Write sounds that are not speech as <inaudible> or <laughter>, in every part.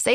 Say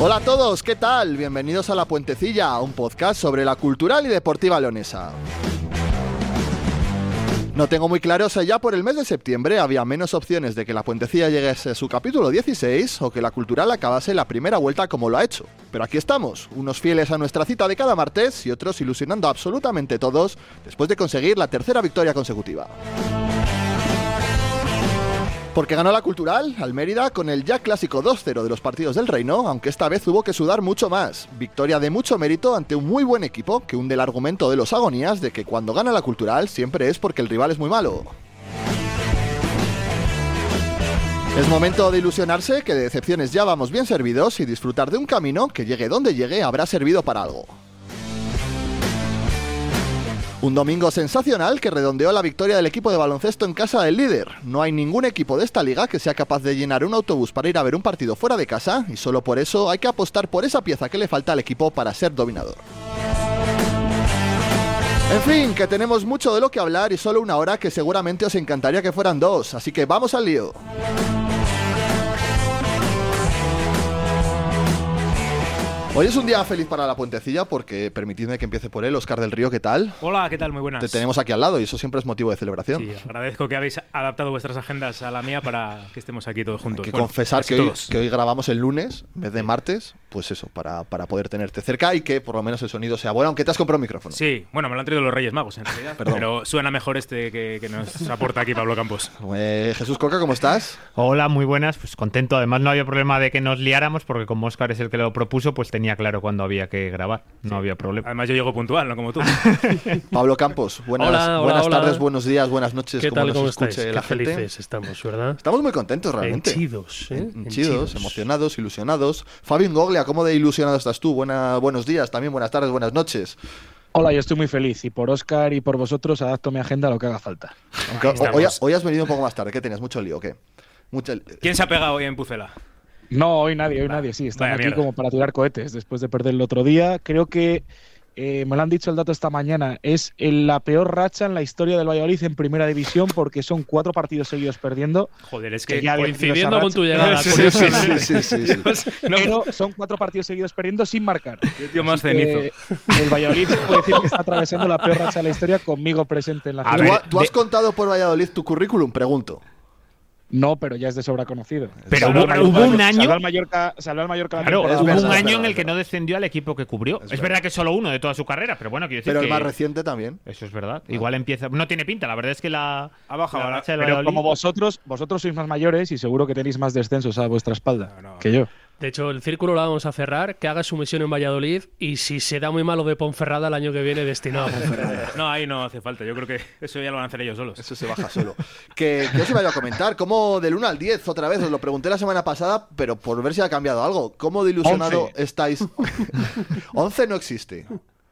Hola a todos, ¿qué tal? Bienvenidos a La Puentecilla, un podcast sobre la cultural y deportiva leonesa. No tengo muy claro si ya por el mes de septiembre había menos opciones de que La Puentecilla llegase a su capítulo 16 o que la cultural acabase la primera vuelta como lo ha hecho. Pero aquí estamos, unos fieles a nuestra cita de cada martes y otros ilusionando a absolutamente todos después de conseguir la tercera victoria consecutiva. Porque ganó la Cultural al Mérida con el ya clásico 2-0 de los partidos del Reino, aunque esta vez hubo que sudar mucho más. Victoria de mucho mérito ante un muy buen equipo que hunde el argumento de los agonías de que cuando gana la Cultural siempre es porque el rival es muy malo. Es momento de ilusionarse que de decepciones ya vamos bien servidos y disfrutar de un camino que llegue donde llegue habrá servido para algo. Un domingo sensacional que redondeó la victoria del equipo de baloncesto en casa del líder. No hay ningún equipo de esta liga que sea capaz de llenar un autobús para ir a ver un partido fuera de casa y solo por eso hay que apostar por esa pieza que le falta al equipo para ser dominador. En fin, que tenemos mucho de lo que hablar y solo una hora que seguramente os encantaría que fueran dos, así que vamos al lío. Hoy es un día feliz para la puentecilla porque permitidme que empiece por él, Oscar del Río, ¿qué tal? Hola, ¿qué tal? Muy buenas. Te tenemos aquí al lado y eso siempre es motivo de celebración. Sí, agradezco que habéis adaptado vuestras agendas a la mía para que estemos aquí todos juntos. Hay que Bueno, confesar casi que hoy, todos. que hoy grabamos el lunes en vez de martes, pues eso, para, para poder tenerte cerca y que por lo menos el sonido sea bueno, aunque te has comprado un micrófono. Sí, bueno, me lo han traído los Reyes Magos en realidad, Perdón. pero suena mejor este que, que nos aporta aquí Pablo Campos. Eh, Jesús Coca, ¿cómo estás? Hola, muy buenas, pues contento. Además no había problema de que nos liáramos porque como Oscar es el que lo propuso, pues tenía claro cuándo había que grabar. No había problema. Además yo llego puntual, no como tú. Pablo Campos, buenas, Hola, hola, buenas hola. tardes, buenos días, buenas noches, ¿Qué como tal? nos ¿Cómo escuche estáis? la Qué gente. felices estamos, ¿verdad? Estamos muy contentos realmente. Henchidos, ¿eh? Chidos, emocionados, ilusionados. Fabián Goglia, ¿cómo de ilusionado estás tú? Buena, buenos días, también buenas tardes, buenas noches. Hola, yo estoy muy feliz y por Oscar y por vosotros adapto mi agenda a lo que haga falta. Aunque Ahí hoy, estamos. hoy has venido un poco más tarde, ¿qué tenías? ¿Mucho lío o qué? Mucho li- ¿Quién se ha pegado hoy en Pucela? No, hoy nadie, hoy Va- nadie, sí, están vaya aquí mierda. como para tirar cohetes después de perder el otro día. Creo que, eh, me lo han dicho el dato esta mañana, es el- la peor racha en la historia del Valladolid en primera división porque son cuatro partidos seguidos perdiendo. Joder, es que que... ya habían tenido esa Coincidiendo con racha. tu llegada. Sí, Sí, <laughs> curiosamente. sí, sí, sí, sí. <laughs> no, Pero son cuatro partidos seguidos perdiendo sin marcar. qué tío más <laughs> cenizo. Eh, el Valladolid se puede decir que está atravesando la peor racha de la historia conmigo presente en la A ¿Tú, ciudad. ver, ha- tú has de- contado por Valladolid tu currículum? Pregunto. No, pero ya es de sobra conocido. Pero Salvó hubo- al hubo un año- Salvó al Mallorca, salvó al Mallorca la Claro, temporada hubo un verdad, es año en verdad, el que es no descendió al equipo que cubrió. Es, verdad que solo uno de toda su carrera, pero bueno, quiero decir Pero el que- más reciente también. Eso es verdad. Igual empieza. No tiene pinta, la verdad es que la. Ha bajado la ahora, racha del Pero <laughs> Valladolid- como vosotros, vosotros sois más mayores y seguro que tenéis más descensos a vuestra espalda que yo. De hecho, el círculo lo vamos a cerrar, que haga su misión en Valladolid y si se da muy malo de Ponferrada el año que viene, destinado a Ponferrada. No, ahí no hace falta. Yo creo que eso ya lo van a hacer ellos solos. Eso se baja solo. que yo se me iba a comentar, ¿cómo del 1 al 10? Otra vez, os lo pregunté la semana pasada, pero por ver si ha cambiado algo. ¿Cómo de ilusionado Once. estáis? 11 no existe.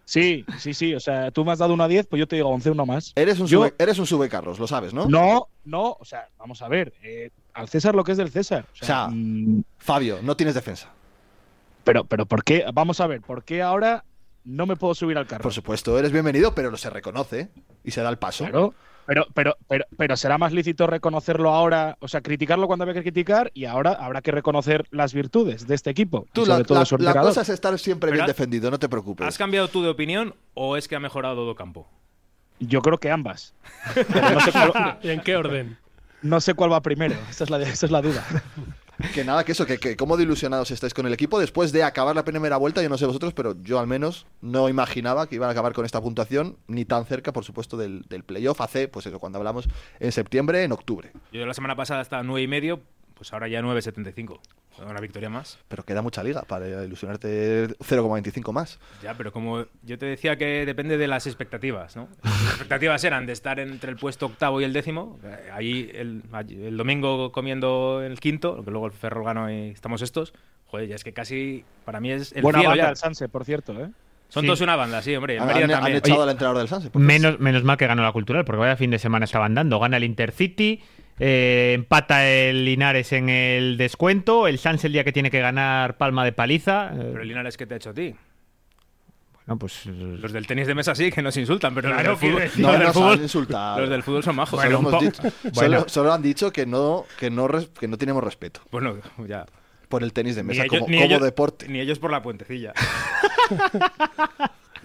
Sí, sí, sí. O sea, tú me has dado una 10, pues yo te digo 11, una más. Eres un, Yo- sube, eres un subecarros, lo sabes, ¿no? No, no, o sea, vamos a ver. eh, al César lo que es del César. O sea, O sea, mm, Fabio, no tienes defensa. pero, pero, ¿por qué? Vamos a ver, ¿por qué ahora no me puedo subir al carro? Por supuesto, eres bienvenido, pero se reconoce y se da el paso. Claro. Pero, pero, pero, pero será más lícito reconocerlo ahora, o sea, criticarlo cuando había que criticar y ahora habrá que reconocer las virtudes de este equipo. y Tú, la, sobre todo la- su la entrenador. cosa es estar siempre bien Pero has- defendido, no te preocupes. ¿Has cambiado tú de opinión o es que ha mejorado todo campo? Yo creo que ambas. <laughs> ¿Y <laughs> en qué orden? No sé cuál va primero, esa es la, esa es <laughs> la duda. Que nada, que eso, que, que cómo ilusionados estáis con el equipo después de acabar la primera vuelta. Yo no sé vosotros, pero yo al menos no imaginaba que iban a acabar con esta puntuación, ni tan cerca, por supuesto, del, del playoff. Hace, pues eso, cuando hablamos en septiembre, en octubre. Yo la semana pasada estaba nueve y medio, pues ahora ya 9.75. Una victoria más. Pero queda mucha liga para ilusionarte 0,25 más. Ya, pero como yo te decía que depende de las expectativas, ¿no? Las expectativas eran de estar entre el puesto octavo y el décimo. eh, Ahí el, allí- el domingo comiendo el quinto, lo que luego el Ferrol ganó y estamos estos. Joder, ya es que casi para mí es el Buena cielo banda ya. el Sanse, por cierto, ¿eh? Son Sí. todos una banda, sí, hombre. El Han, Mérida han- han también. echado al entrenador del Sanse. porque Pues Menos, menos mal que ganó la cultural, porque vaya fin de semana estaban dando. Gana el Intercity, eh, empata el Linares en el descuento, el Sans el día que tiene que ganar palma de paliza. eh, Pero el Linares, ¿qué te ha hecho a ti? bueno, pues, eh, Los del tenis de mesa sí, que nos insultan, pero Claro, los, del fútbol, quiero decir. No los del nos fútbol- han insultado. los del fútbol son majos. solo, Solo- hemos dicho- Bueno. solo- solo han dicho que no, que no, res- que no tenemos respeto Bueno, ya. por el tenis de mesa ellos- como, ni como ellos- deporte. Ni ellos por la puentecilla.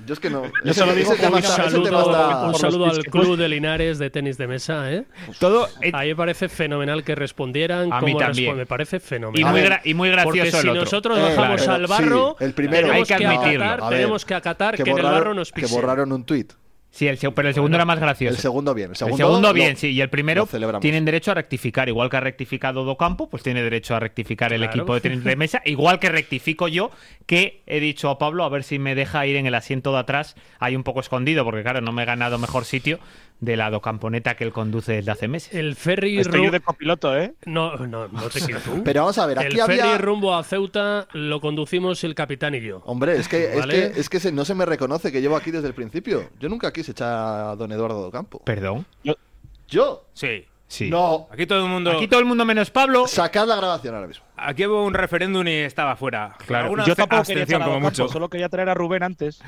Yo es que no. Yo solo digo ese tema como Un está- ese saludo, tema está- un por saludo los al piscos. club de Linares de tenis de mesa. ¿eh? todo eh, A mí me parece fenomenal que respondieran. A mí cómo también. responde, Me parece fenomenal. y, muy ver, gra- y muy gracioso Porque el si otro. nosotros Eh, bajamos claro, al barro, sí, el primero. tenemos Hay que admitirlo. acatar, A ver, tenemos que acatar que, en el borraron- barro nos que pisen. borraron un tuit. Sí, el, seg- pero el segundo era más gracioso. El segundo bien. El segundo, el segundo lo- bien, sí. Y el primero lo celebramos. tienen derecho a rectificar. Igual que ha rectificado Docampo, pues tiene derecho a rectificar el Claro. equipo de tenis <laughs> de mesa. Igual que rectifico yo, que he dicho a Pablo, a ver si me deja ir en el asiento de atrás, ahí un poco escondido, porque claro, no me he ganado mejor sitio de la Docamponeta que él conduce desde hace meses. El ferry Estoy yo ru- de copiloto, ¿eh? No, no, no te quiero tú. <laughs> Pero vamos a ver, El aquí ferry había. rumbo a Ceuta lo conducimos el capitán y yo. Hombre, es que, es Vale. que, es que se- no se me reconoce que llevo aquí desde el principio. Yo nunca quise echar a don Eduardo Docampo. Perdón. ¿Yo? Sí. Sí. No. Aquí todo el mundo. Aquí todo el mundo menos Pablo. Sacad la grabación ahora mismo. Aquí hubo un referéndum y estaba fuera. Claro. Alguna Yo tampoco quería abstención echar a como Ocampo, mucho. solo quería traer a Rubén antes.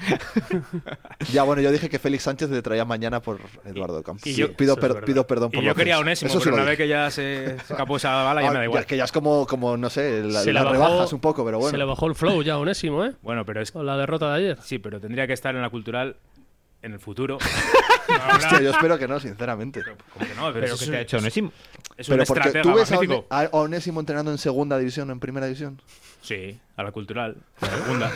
Ya, bueno, yo dije que Félix Sánchez le traía mañana por Eduardo Docampo. y yo- pido, eso es per- verdad. pido perdón por Y lo yo que quería a hice. Onésimo, Eso sí pero lo una vez dije. que ya se escapó esa bala, ya Ah, me da igual. que ya es como, como no sé, la, Se las la bajó- rebajas un poco, pero Se bueno. le bajó el flow ya, Onésimo, ¿eh? Bueno, pero es Con la derrota de ayer. Sí, pero tendría que estar en la cultural en el futuro. Hostia, yo espero que no, sinceramente. Como que no, pero, Pero es, que un- te ha hecho Onésimo. es un Pero porque estratega tú ves a magnífico. One- a Onésimo entrenando en segunda división o en primera división. Sí, a la cultural. A la segunda.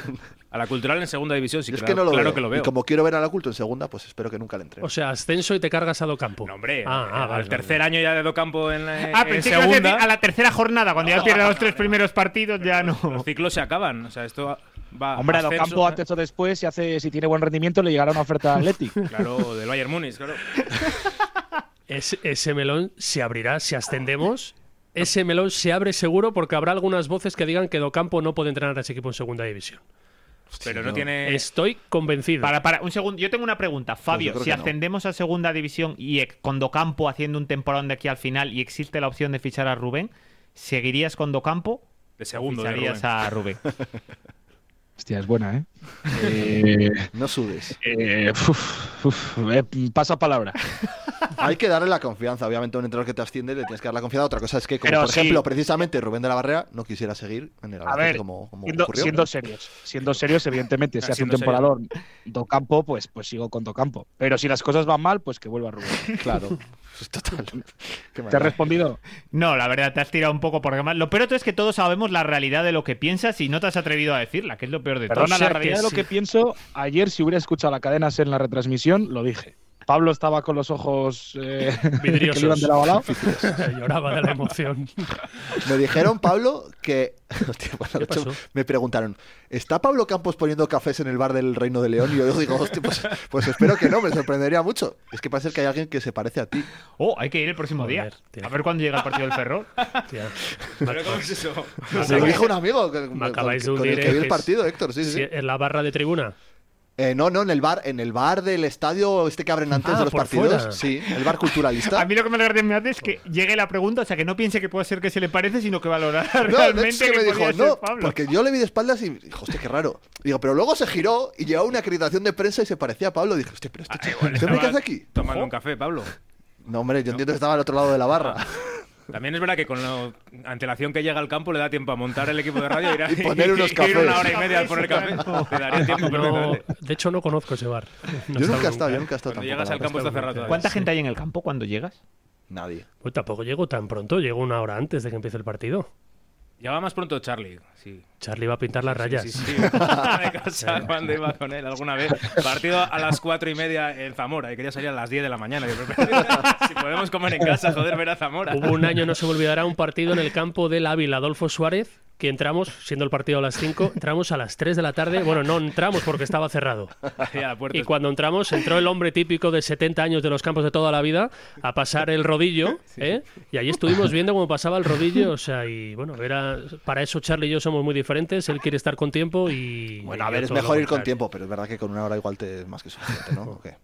A la cultural en segunda división, sí, Yo es claro, que no lo claro veo. que lo veo. Y como quiero ver al oculto en segunda, pues espero que nunca le entre. O sea, ascenso y te cargas a Docampo. No, hombre, Ah, ah, al vale, tercer vale. año ya de Docampo en, la- Ah, en pensé que ibas a decir Eh, segunda. a la tercera jornada, cuando ya pierda los tres primeros partidos, ya no. Los ciclos se acaban. O sea, esto va. Hombre, a ascenso- Docampo antes o después, si, hace, si tiene buen rendimiento, le llegará una oferta a Atleti. Claro, o del Bayern Múnich, claro. Ese- ese melón se abrirá si ascendemos. Ese melón se abre seguro porque habrá algunas voces que digan que Docampo no puede entrenar a ese equipo en segunda división. Pero no tiene. Estoy convencido. Para, para, un segundo. Yo tengo una pregunta. Fabio, Pues creo si que no. ascendemos a segunda división y ex- con Docampo haciendo un temporón de aquí al final y existe la opción de fichar a Rubén, ¿seguirías con Docampo? De o segundo, de ficharías Rubén. a Rubén. Hostia, es buena, ¿eh? No sudes. Eh, uf, uf, eh, paso a palabra. Hay que darle la confianza. Obviamente, a un entrenador que te asciende le tienes que dar la confianza. Otra cosa es que, como Pero por sí. ejemplo, precisamente Rubén de la Barrera no quisiera seguir en el A Albacete ver, como, como Siendo, ocurrió. siendo serios, siendo serios, evidentemente, si Ah, hace un siendo serio. temporador Docampo, pues, pues sigo con Docampo. Pero si las cosas van mal, pues que vuelva Rubén. <laughs> Claro. Total. Qué ¿Te he manera. respondido? No, la verdad, te has tirado un poco por más. Lo peor de todo es que todos sabemos la realidad de lo que piensas y no te has atrevido a decirla, que es lo peor de todo. Perdona, sea la que realidad de lo sí. que pienso, ayer si hubiera escuchado la cadena ser en la retransmisión, lo dije. Pablo estaba con los ojos eh, <laughs> que le Vidriosos. iban de lado a lado. <laughs> Lloraba de la emoción. Me dijeron, Pablo, que. <laughs> Hostia, bueno, de hecho, pasó? me preguntaron, ¿está Pablo Campos poniendo cafés en el bar del Reino de León? Y yo digo, hostia, pues, pues espero que no, me sorprendería mucho. Es que parece que hay alguien que se parece a ti. Oh, hay que ir el próximo Joder, día. tío. A ver cuándo llega el partido del Ferrol. <laughs> Tía, ¿Pero cómo <laughs> es eso? Me lo acabáis- dijo un amigo que, me con, acabáis de con hundir. el eh, que vi que el es- partido, Héctor, sí, sí. sí. ¿En la barra de tribuna? Eh, no, no, en el bar, en el bar del estadio este que abren antes Ah, de los por partidos. fuera. Sí, el bar <laughs> Ah. culturalista. A mí lo que me alegra me hace es que llegue la pregunta, o sea, que no piense que puede ser que se le parece, sino que valorara No, no realmente es que me podía dijo, ser no, Pablo. porque yo le vi de espaldas y dije, hostia, qué raro. Digo, pero luego se giró y llevaba una acreditación de prensa y se parecía a Pablo. Dije, hostia, pero este chico, ¿este hombre qué hace aquí? Ah, Tomando un café, Pablo. No, Ah, hombre, yo entiendo que estaba al otro lado de la barra. También es verdad que con la antelación que llega al campo le da tiempo a montar el equipo de radio ir <laughs> a- Y poner unos ir cafés. una hora <laughs> y media al poner <laughs> café. Te daría tiempo No, perfectamente. de hecho, no conozco <laughs> ese bar. No yo nunca he estado, yo nunca he estado Cuando tampoco. llegas la al verdad. campo está cerrado todavía. ¿Cuánta gente hay en el campo cuando llegas? Nadie. Pues tampoco llego tan pronto, llego una hora antes de que empiece el partido. Ya va más pronto Charlie. Sí. Charlie va a pintar las rayas. Sí, <laughs> sí, sí. de casa cuando iba con él alguna vez. Partido a las cuatro y media en Zamora y quería salir a las 10 de la mañana. Yo, pero- si podemos comer en casa, joder, ver a Zamora. <laughs> Hubo un año, no se me olvidará, un partido en el campo del Ávila Adolfo Suárez, que entramos, siendo el partido a las 5, entramos a las 3 de la tarde. Bueno, no entramos porque estaba cerrado. Ahí a la puerta. Y cuando entramos, entró el hombre típico de 70 años de los campos de toda la vida a pasar el rodillo, ¿eh? Y allí estuvimos viendo cómo pasaba el rodillo, o sea, y bueno, era para eso Charlie y yo somos muy diferentes, él quiere estar con tiempo y... Bueno, y a yo ver, es todo lo mejor ir con contrario. tiempo, pero es verdad que con una hora igual te es más que suficiente, <laughs> ¿no? ¿O qué?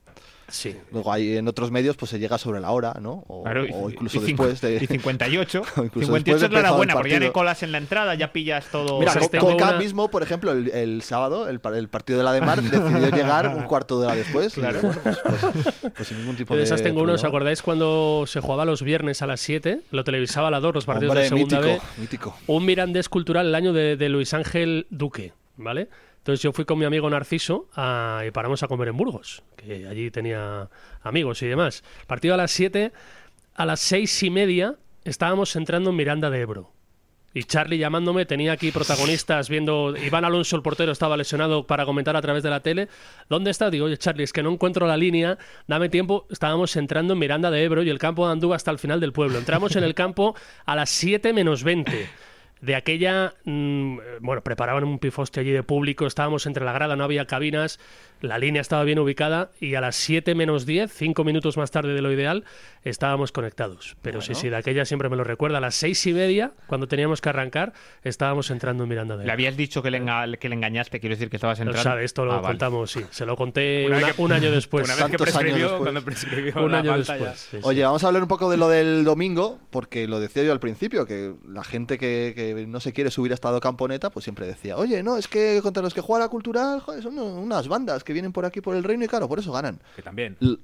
Sí. Luego hay en otros medios pues se llega sobre la hora, ¿no? O, o incluso y cincu- después de... y 58. <laughs> O incluso 58 es después la hora de empezado el buena, porque ya partido. le colas en la entrada, ya pillas todo. Mira, O sea, Co- tengo Coca una- mismo, por ejemplo, el, el sábado, el, par- el partido de la de <laughs> Mar, decidió llegar un cuarto de hora después. y bueno, pues, pues- pues sin ningún tipo Yo de de. esas tengo uno, ¿os problema. acordáis cuando se jugaba los viernes a las 7? Lo televisaba a las 2 los partidos Hombre, de segunda mítico, B. mítico. Un Mirandés cultural el año de, de Luis Ángel Duque, ¿vale? Entonces yo fui con mi amigo Narciso a- y paramos a comer en Burgos, que allí tenía amigos y demás. Partido a las 7, a las 6 y media estábamos entrando en Miranda de Ebro. Y Charlie llamándome, tenía aquí protagonistas viendo. Iván Alonso, el portero, estaba lesionado para comentar a través de la tele. ¿Dónde está? Digo, oye, Charlie, es que no encuentro la línea, dame tiempo. Estábamos entrando en Miranda de Ebro y el campo de Andúa hasta el final del pueblo. Entramos en el campo a las 7 menos 20. De aquella, mm, bueno, preparaban un pifoste allí de público, estábamos entre la grada, no había cabinas, la línea estaba bien ubicada y a las 7 menos 10, 5 minutos más tarde de lo ideal, estábamos conectados. Pero sí, sí, de aquella siempre me lo recuerda. A las seis y media, cuando teníamos que arrancar, estábamos entrando en Miranda de Le Ebro. habías dicho que le, enga- que le engañaste, quiero decir que estabas Lo entrando. sabe, esto lo Ah, vale. contamos, sí. Se lo conté Una vez una- que- un año después. Una vez <laughs> que Tantos años prescribió, después. cuando prescribió un la año falta, ya. después. sí, sí. Oye, vamos a hablar un poco de lo del domingo, porque lo decía yo al principio, que la gente que, que no se quiere subir a estado camponeta, pues siempre decía, oye, no, es que contra los que juega la cultural, joder, son unas bandas que vienen por aquí por el reino y claro, por eso ganan. Que también. L-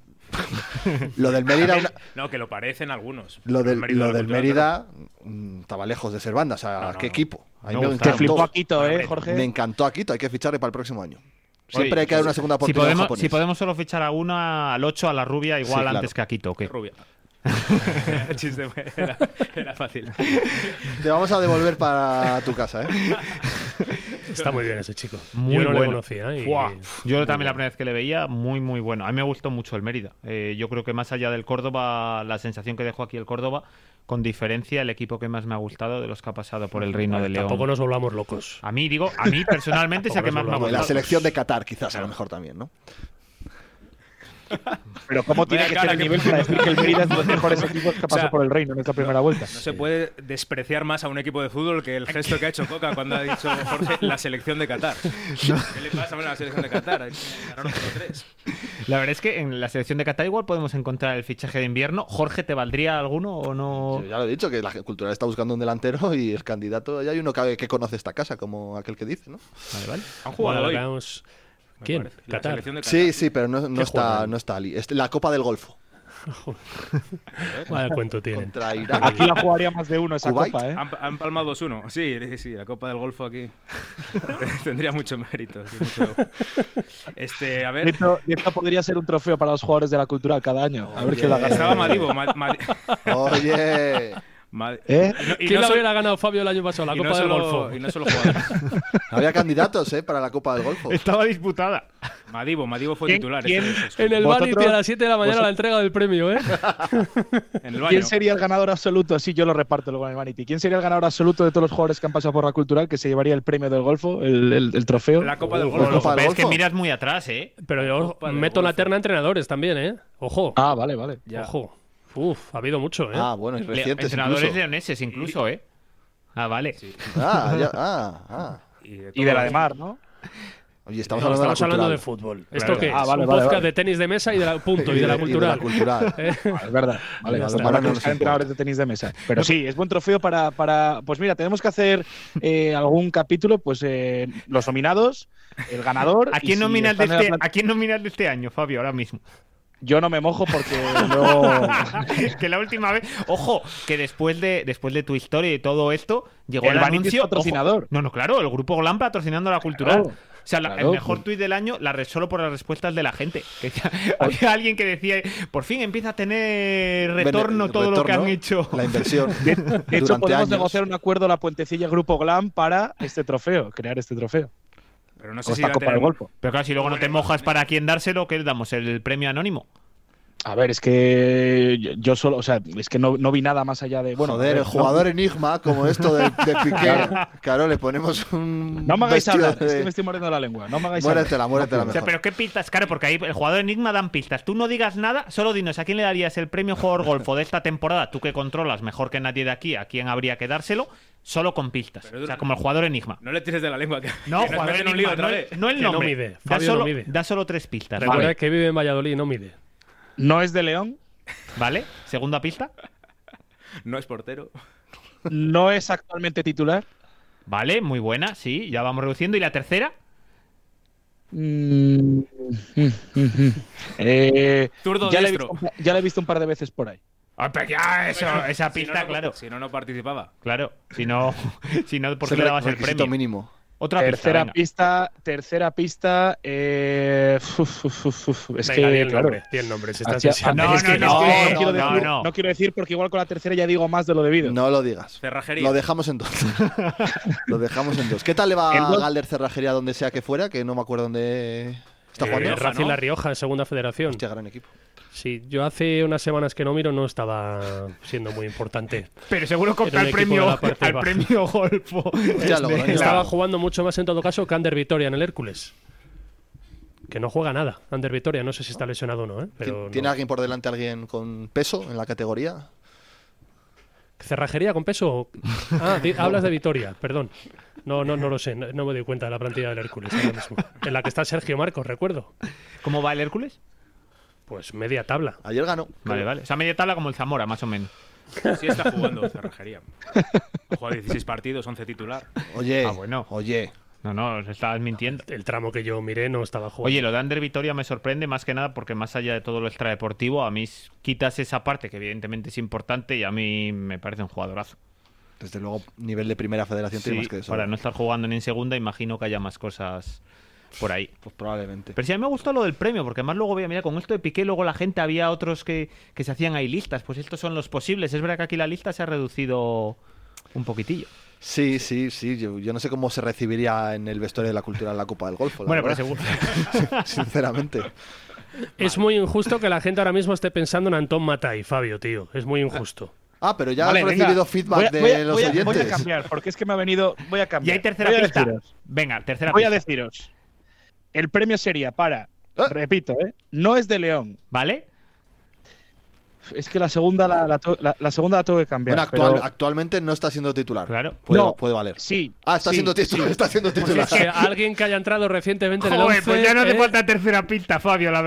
lo del Mérida, una- No, que lo parecen algunos. lo del, Mérida lo de la del cultura, Mérida mm, estaba lejos de ser banda, o sea, No, no, qué no. equipo. A mí Me me, gusta. Te encantó. flipó a Quito, ¿eh, Jorge? Me encantó a Quito, hay que ficharle para el próximo año. Siempre Sí, hay que dar una segunda Si oportunidad. al podemos, japonés. si podemos solo fichar a una, al 8, a la rubia, igual claro. antes que a Quito. ¿ok? pero- Rubia. <laughs> El chiste fue- era, era fácil. Te vamos a devolver para tu <laughs> casa, ¿eh? Está muy bien ese chico. Muy Yo no bueno. le conocía. ¿eh? y- Fuá. Yo también la primera vez que le veía, muy, muy bueno. A mí me gustó mucho el Mérida. Eh, yo creo que más allá del Córdoba, la sensación que dejó aquí el Córdoba, con diferencia, el equipo que más me ha gustado de los que ha pasado por el Reino de León. Tampoco nos volvamos locos. A mí, digo, a mí personalmente es el que más me ha Tampoco Bueno, y gustado. la selección de Qatar, quizás, a lo mejor también, ¿no? Pero ¿cómo tiene Vaya que cara ser que el nivel puso. para decir que el Mérida es de <laughs> los mejores equipos que ha O sea, pasado por el reino en esta primera vuelta? No se puede despreciar más a un equipo de fútbol que el gesto que ha hecho Coca cuando ha dicho Jorge la selección <laughs> de Qatar. ¿Qué le pasa bueno, a la selección de Qatar? Ganaron 0-3. La verdad es que en la selección de Qatar igual podemos encontrar el fichaje de invierno. Jorge, ¿te valdría alguno o no? Oh. Yo ya lo he dicho, que la cultural está buscando un delantero y el candidato, ya hay uno que, que conoce esta casa, como aquel que dice, ¿no? Vale, vale. Han jugado Bueno, hoy. acabamos- me ¿Quién? parece. La Qatar. selección de Qatar. Sí, sí, pero no, no ¿Qué está, juegan? no está Ali. Es la Copa del Golfo. Vaya cuento tiene. Contra Irak. Aquí la jugaría más de uno esa Kuwait. copa, ¿eh? Han, han palmado 2-1. Sí, sí, la Copa del Golfo aquí tendría mucho mérito. sí, mucho- Este, a De ver. hecho, de hecho, podría ser un trofeo para los jugadores de la cultural cada año. A ver quién la gana. Estaba Madibo. Ma- Madi- Oye, Madre- ¿Eh? Y no- y ¿Quién no la solo- hubiera ganado Fabio el año pasado? La y no Copa solo- del Golfo. Y no solo jugadores. Había candidatos, ¿eh? Para la Copa del Golfo. Estaba disputada. Madivo, Madivo fue ¿Quién- titular. quién- este sexto. En el Vosotros- Vanity a las 7 de la mañana vosotros- la entrega del premio, ¿eh? En el baño. ¿Quién sería el ganador absoluto? Así yo lo reparto luego en el Vanity. ¿Quién sería el ganador absoluto de todos los jugadores que han pasado por la cultural que se llevaría el premio del golfo, el, el- el trofeo? La Uh, Copa del Ojo, Golfo. ojo, Copa del Es que Golfo. miras muy atrás, ¿eh? <laughs> Pero yo Copa del meto en la Golfo. terna entrenadores también, ¿eh? Ojo, Ah, vale, vale. Ya. ojo. Uf, ha habido mucho, ¿eh? Ah, bueno, y Le- recientes entrenadores incluso. leoneses incluso, ¿eh? Ah, vale. Ah, ya, ah, ah. Y de, Y de la de Mar, ¿no? Oye, No, estamos Estamos, hablando, hablando de de, la fútbol. Claro. ¿Esto qué es? Ah, vale, Un vale, podcast vale. de tenis de mesa y de la, punto, cultural. y de la Y de cultural. la cultural. <laughs> Es verdad. Vale, Ya vale. está, ahora no nos Para buscar importa. entrenadores de tenis de mesa. Pero sí, es buen trofeo para. para pues mira, tenemos que hacer eh, algún capítulo, pues eh, los nominados, el ganador. ¿A y quién, si nominas de están en la este, planta- ¿A quién nominas de este año, Fabio, <laughs> ahora mismo? Yo no me mojo <laughs> porque no. que la última vez. Ojo, que después de, después de tu historia y todo esto, llegó el, El Vanity es anuncio. ojo, patrocinador. no, no, claro, el grupo Glam patrocinando la cultural. Claro, o sea, la- claro. pues. el mejor tuit del año la re- solo por las respuestas de la gente. <laughs> Que decía- había alguien que decía, por fin empieza a tener Ven- retorno todo lo que han retorno, hecho. La inversión. De, de <laughs> hecho, durante podemos años. negociar un acuerdo la puentecilla Grupo Glam para este trofeo, crear este trofeo. Pero no sé Con si esta la Copa del tenemos. Golfo. Pero claro, si luego no te mojas para quién dárselo, ¿qué le damos? ¿El premio anónimo? A ver, es que yo- yo solo, o sea, es que no, no vi nada más allá de. Bueno, Bueno, Joder, a ver, el jugador enigma, como esto <laughs> de, de Piqué. Claro, le ponemos un. No, no me hagáis vestido hablar, es de- que me estoy mordiendo la lengua. No me hagáis Muéretela, hablar. muéretela No, O sea, mejor. pero qué pistas, claro, porque ahí el jugador enigma dan pistas. Tú no digas nada, solo dinos a quién le darías el premio jugador golfo de esta temporada, tú que controlas mejor que nadie de aquí, a quién habría que dárselo, solo con pistas. Pero- O sea, como el jugador enigma. No le tires de la lengua. Que, No, que nos jugador meten en un enigma, lío otra no, vez. el- no el Que no nombre. mide, da, Fabio no solo, mide. da solo tres pistas, Recuerda ¿vale? que vive en Valladolid, no mide. No es de León, ¿Vale? Segunda pista. No es portero. no es actualmente titular. Vale, muy buena, sí, ya vamos reduciendo. ¿Y la tercera? Mm, mm, mm, mm. Eh, Zurdo ya, le he diestro. visto, ya le he visto un par de veces por ahí. Ah, pero ya, eso- <laughs> esa Si no, pista, no- claro. Si no, no participaba. Claro, si <laughs> no, si no ¿por qué Re- le dabas el requisito premio? mínimo. Otra Tercera pista. venga. pista, tercera pista. eh, uf, uf, uf, uf. Es Venga, di que, el claro. ah, nombre, di el nombre, si estás Hacia- deseando. No, es que- no, no, es que no, quiero no, decir- no. quiero decir porque igual con la tercera ya digo más de lo debido. No lo digas. Cerrajería. Lo dejamos <laughs> en dos. <laughs> lo dejamos en dos. ¿Qué tal le va En a dos. Galder Cerrajería donde sea que fuera? Que no me acuerdo dónde está Eh, jugando. Rioja, Racing ¿no? La Rioja, Segunda Federación. Hostia, gran equipo. Sí, yo hace unas semanas que no miro, no estaba siendo muy importante. Pero seguro que Era opta un al equipo premio, de la parte al baja. premio golfo. Ya lo ganó. Estaba jugando mucho más en todo caso que Ander Vitoria en el Hércules. Que no juega nada. Ander Vitoria, no sé si está lesionado o no, ¿eh? Pero ¿Tien- ¿Tiene no. alguien por delante, alguien con peso en la categoría? ¿Cerrajería con peso? o- Ah, di- hablas de Vitoria, perdón. No, no, no lo sé, no, no me doy cuenta de la plantilla del Hércules ahora mismo. En la que está Sergio Marcos, recuerdo. ¿Cómo va el Hércules? Pues media tabla. Ayer ganó. Vale, vale. O sea, media tabla como el Zamora, más o menos. Sí está jugando <laughs> cerrajería. Ha jugado 16 partidos, 11 titular. Oye, Ah, bueno. oye. No, no, os estabas mintiendo. El tramo que yo miré no estaba jugando. Oye, lo de Ander Vitoria me sorprende más que nada porque más allá de todo lo extradeportivo, a mí s- quitas esa parte que evidentemente es importante y a mí me parece un jugadorazo. Desde luego, nivel de primera federación tiene Sí, más que eso. para no estar jugando ni en segunda, imagino que haya más cosas por ahí. Pues probablemente. Pero sí, a mí me gustó lo del premio, porque además luego veía, mira, con esto de Piqué, luego la gente había otros que, que se hacían ahí listas. Pues estos son los posibles. Es verdad que aquí la lista se ha reducido un poquitillo. Sí, sí, sí. Yo, yo no sé cómo se recibiría en el vestuario de la cultura en la Copa del Golfo. la Bueno, pero verdad. seguro. <laughs> Sinceramente. es muy injusto que la gente ahora mismo esté pensando en Antón Matai, Fabio, tío. Es muy injusto. Ah, pero ya Vale, has venga. recibido feedback Voy a- de voy a- los voy a- oyentes. Voy a cambiar, porque es que me ha venido. Voy a Y cambiar. hay tercera Voy a pista. deciros, Venga, tercera voy a pista. deciros. El premio sería para. Ah. Repito, ¿eh? no es de León. ¿Vale? Es que la segunda la, la to- la- la segunda la tengo que cambiar. Bueno, actual- pero- actualmente no está siendo titular. Claro. Puede, No. puede valer. Sí. Ah, está sí, siendo titular. Está siendo Pues titular. <laughs> Es que alguien que haya entrado recientemente en el 11, pues ¿eh? tercera pista, Fabio, la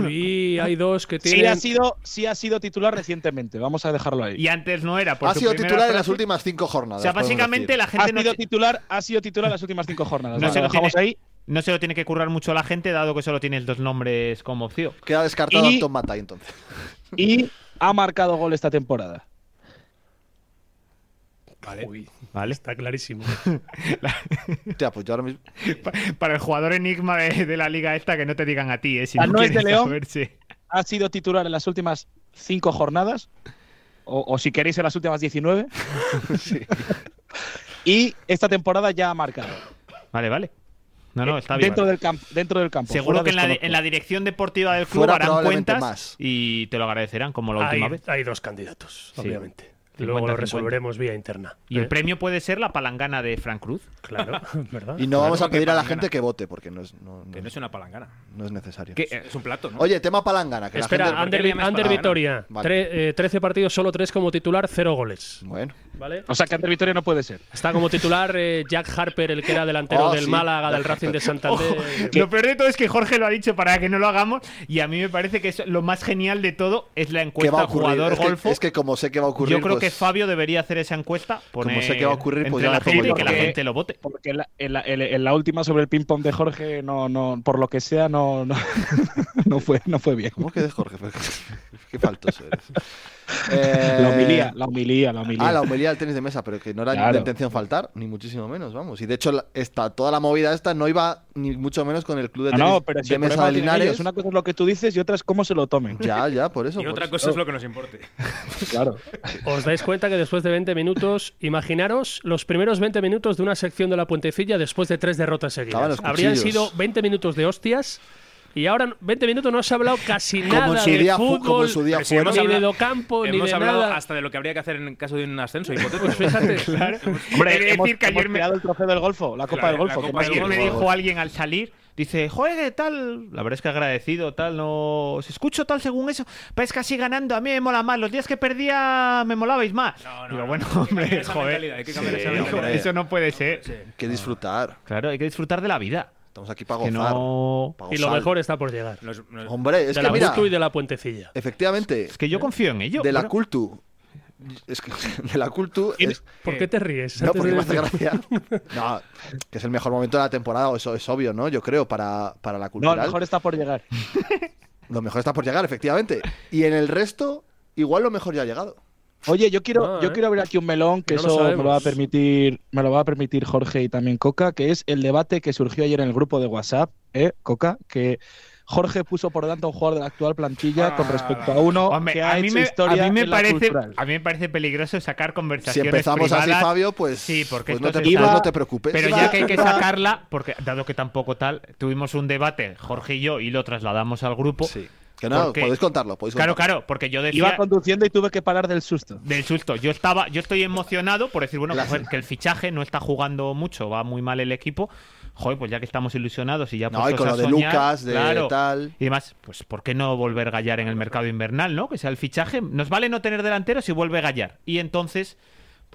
Uy, hay dos que Sí ha, tienen... sido, sí ha sido titular recientemente. Vamos a dejarlo ahí. Y antes no era, por ha su sido primera titular en frase. las últimas cinco jornadas. O sea, podemos básicamente decir. la Ha gente no, sido, ti- titular, ha sido titular las últimas cinco jornadas. No Vale, se lo lo dejamos tiene- ahí. no se lo tiene que currar mucho la gente, dado que solo tienes dos nombres como opción. Queda descartado Y- Anton Matai, entonces. Y ha marcado gol esta temporada. Vale. ¿Vale? Está clarísimo. Hostia, pues yo ahora mismo... <laughs> Para el jugador enigma de, la liga esta, que no te digan a ti, ¿eh? Si Ah, no no es de quieres León. sí. Ha sido titular en las últimas cinco jornadas. o, o si queréis en las últimas <laughs> 19. y esta temporada ya ha marcado. Vale, vale. No, no, está bien. Dentro del, campo, dentro del campo. Seguro fuera que en la, desconozco. en la dirección deportiva del club Fuera harán probablemente cuentas más. y te lo agradecerán, como Hay, la última vez. hay dos candidatos, Sí. obviamente. 50, Luego lo 50. resolveremos vía interna. Y el ¿eh? premio puede ser la palangana de Frank Cruz. <laughs> Claro, ¿verdad? Y no vamos a porque pedir a la palangana. gente que vote, porque no es, no, no Que no es es, una palangana. no es necesario. Que, eh, es un plato, ¿no? Oye, tema palangana. Que la gente- Espera, Ander, ¿por qué le llamáis Ander palangana? Vitoria. Vale. Tre- eh, 13 partidos, solo 3 como titular, 0 goles. Bueno. ¿Vale? O sea, que Ander Vitoria no puede ser. Está como titular eh, Jack Harper, el que era delantero Oh, del sí. Oh, <laughs> Málaga, del Racing de Santander. Lo peor de todo es que Jorge lo ha dicho para que no lo hagamos y a mí me parece que es lo más genial de todo es la ¿Qué va a encuesta ocurrir? jugador es, golfo. que, es que como sé que va a ocurrir. Yo creo que pues, Fabio debería hacer esa encuesta. Poner sé que va a ocurrir, pues entre ya la la pongo gente y yo. que la Porque- gente lo vote. Porque en la, en la- en- en la última sobre el ping-pong de Jorge, no, no, por lo que sea, no, <laughs> no, no fue, no fue bien. ¿Cómo que de Jorge? Qué faltoso eres. Eh, La humilía, la humilía, la humilía. Ah, la humilía del tenis de mesa, pero que no era ni Claro. de intención faltar, ni muchísimo menos, vamos. Y de hecho, la- esta, toda la movida esta no iba ni mucho menos con el club de Ah, tenis no, pero si de el mesa problema de lo tienen Linares. ellos, una cosa es lo que tú dices y otra es cómo se lo tomen. Ya, ya, por eso. y por otra Pues, eso. cosa oh. es lo que nos importe. <laughs> Claro. Os dais cuenta que después de 20 minutos, imaginaros los primeros 20 minutos de una sección de la puentecilla después de tres derrotas Estaban seguidas. los Habrían cuchillos. sido 20 minutos de hostias y ahora 20 minutos no se ha hablado casi nada Como en su de día fu- fútbol, como en su día ni fuera. de Hemos hablado- Docampo, ni Hemos de hablado nada. hasta de lo que habría que hacer en caso de un ascenso hipotético. Pues <laughs> fíjate, Hombre, he de hemos, decir que hemos ayer me- creado el trofeo del golfo, la copa Claro, del golfo. la que copa más del Ayer quiere? me golfo. dijo alguien al salir, dice, joder, tal, la verdad es que agradecido, tal, no os escucho tal según eso, pero es que así ganando a mí me mola más, los días que perdía me molabais más. No, no, Digo, no, bueno, hay que cambiar hombre, esa joder, mentalidad, hay que cambiar esa Sí, mentalidad. hombre, eso no puede ser. Que disfrutar. Ah. Claro, hay que disfrutar de la vida. Estamos aquí para Que gozar. no... pa' Y lo gozar. mejor está por llegar. Nos- nos- Hombre, es de que la mira, Butu y de la puentecilla. efectivamente, Es que yo confío en ello. de la Bueno, cultu. Es que <laughs> de la cultu. <laughs> Es, ¿Por qué te ríes? No, Antes porque de me hace decir- <laughs> gracia. No, que es el mejor momento de la temporada, o eso es obvio, ¿no? Yo creo, para, para la No, a lo cultural. mejor está por llegar. Lo mejor está por llegar, efectivamente. Y en el resto, igual lo mejor ya ha llegado. Oye, yo quiero, Ah, yo eh. quiero abrir aquí un melón que No lo eso me sabemos. lo va a permitir, me lo va a permitir Jorge y también Coca, que es el debate que surgió ayer en el grupo de WhatsApp, eh, Coca, que Jorge puso por delante a un jugador de la actual plantilla con respecto a uno Ah, hombre, que ha a, mí hecho me, historia a mí me en la parece, cultural. a mí me parece peligroso sacar Si conversaciones empezamos así, privadas. Fabio, pues, Sí, porque pues no, esto te, se pues está- no te preocupes. Pero Va. ya que hay que sacarla, porque dado que tampoco tal, tuvimos un debate, Jorge y yo, y lo trasladamos al grupo. Sí. Que no, Porque- podéis contarlo. Podéis Claro, contarlo. claro, porque yo Iba decía conduciendo y tuve que parar del susto. del susto, yo estaba, yo estoy emocionado por decir, bueno, La- joder, que el fichaje no está jugando mucho, va muy mal el equipo. Joder, pues ya que estamos ilusionados y ya No, y puestos con a lo de soñar, Lucas, de claro, tal. Y demás, pues ¿por qué no volver a gallar en el mercado invernal, no? Que sea el fichaje. Nos vale no tener delanteros y vuelve a gallar. Y entonces,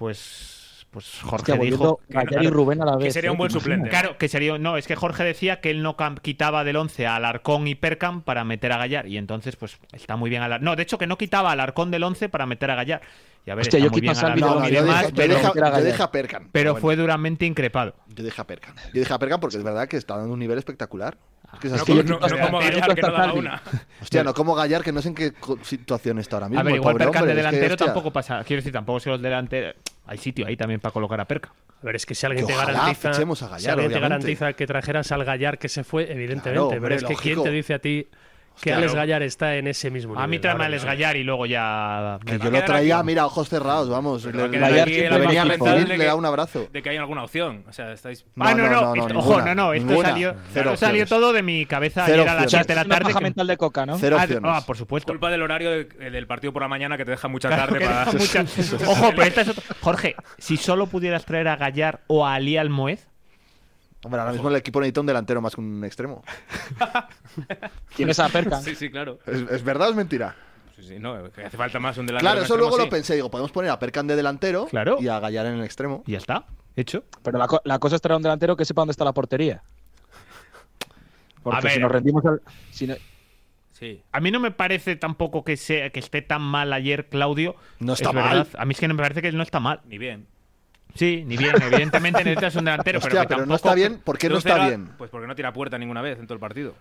pues, pues Jorge Hostia, volviendo dijo. Gallar y claro, Rubén a la que vez. sería ¿eh? un buen ¿Te imaginas? suplente. Claro, que sería. No, es que Jorge decía que él no cam- quitaba del 11 a Alarcón y Percam para meter a Gallar. Y entonces, pues está muy bien Alarcón. No, de hecho, que no quitaba a Alarcón del 11 para meter a Gallar. Y a ver, Hostia, está yo muy quito bien a Salvi No, Alarcón no, y yo, demás, dejé, pero, yo dejé- era yo Gallar. dejé a Perkan. pero bueno, fue duramente increpado. Yo dejé a Perkan. Yo dejé a Perkan porque es verdad que está dando un nivel espectacular. Es que es no, así. como- yo no- creo no que como hasta Gallar, que no daba tarde. una. Hostia, no, como Gallar, que no sé en qué co- situación está ahora mismo. A ver, el igual pobre Percam hombre, de es que, delantero hostia, tampoco pasa. Quiero decir, tampoco es que los delanteros. Hay sitio ahí también para colocar a Percam. A ver, es que si alguien Que te ojalá garantiza, fichemos a Gallar, si alguien te obviamente. garantiza que trajeras al Gallar que se fue, evidentemente, Claro, hombre, pero es que quién lógico. te dice a ti que Hostia, Alex no. Gallar está en ese mismo nivel. A mí trama Ahora el es mismo. Gallar y luego ya. Que va yo a lo quedar traía, aquí. mira, ojos cerrados, vamos. Pero va a Le- quedar le- aquí le la venía a imagen recibir, de le da que- un abrazo. De que hay alguna opción. O sea, estáis. ah, no, no, no, esto- no, ojo, ninguna, no, no, esto ninguna. salió, Cero esto salió opciones. todo de mi cabeza Cero ayer a las opciones. 7 de la Es una tarde. paja que- mental de Coca, ¿no? Cero Ah, opciones. ah, por supuesto. Culpa del horario de- eh, del partido por la mañana que te deja mucha Claro, tarde que para. deja muchas- <laughs> Ojo, pero esta es otra. Jorge, si solo pudieras traer a Gallar o a Ali Almoez, Hombre, ahora mismo el equipo necesita un delantero más que un extremo. Tienes a Perca. Sí, sí, claro. ¿Es, es verdad o es mentira? Sí, sí, no, que hace falta más un delantero. Claro, un eso extremo, luego lo sí. pensé. Digo, podemos poner a Perkan de delantero Claro. y a Gallar en el extremo. ya está. Hecho. Pero la, co- la cosa es traer a un delantero que sepa dónde está la portería. Porque A ver. si nos rendimos al. si no- Sí. ah, A mí no me parece tampoco que sea que esté tan mal ayer Claudio. No Es está mal. verdad. A mí es que no me parece que no está mal. Ni bien. Sí, ni bien. Evidentemente <laughs> necesitas un delantero, Hostia, pero, que pero no tampoco- está bien. ¿Por qué no De un cero está a- bien? Pues porque no tira puerta ninguna vez en todo el partido.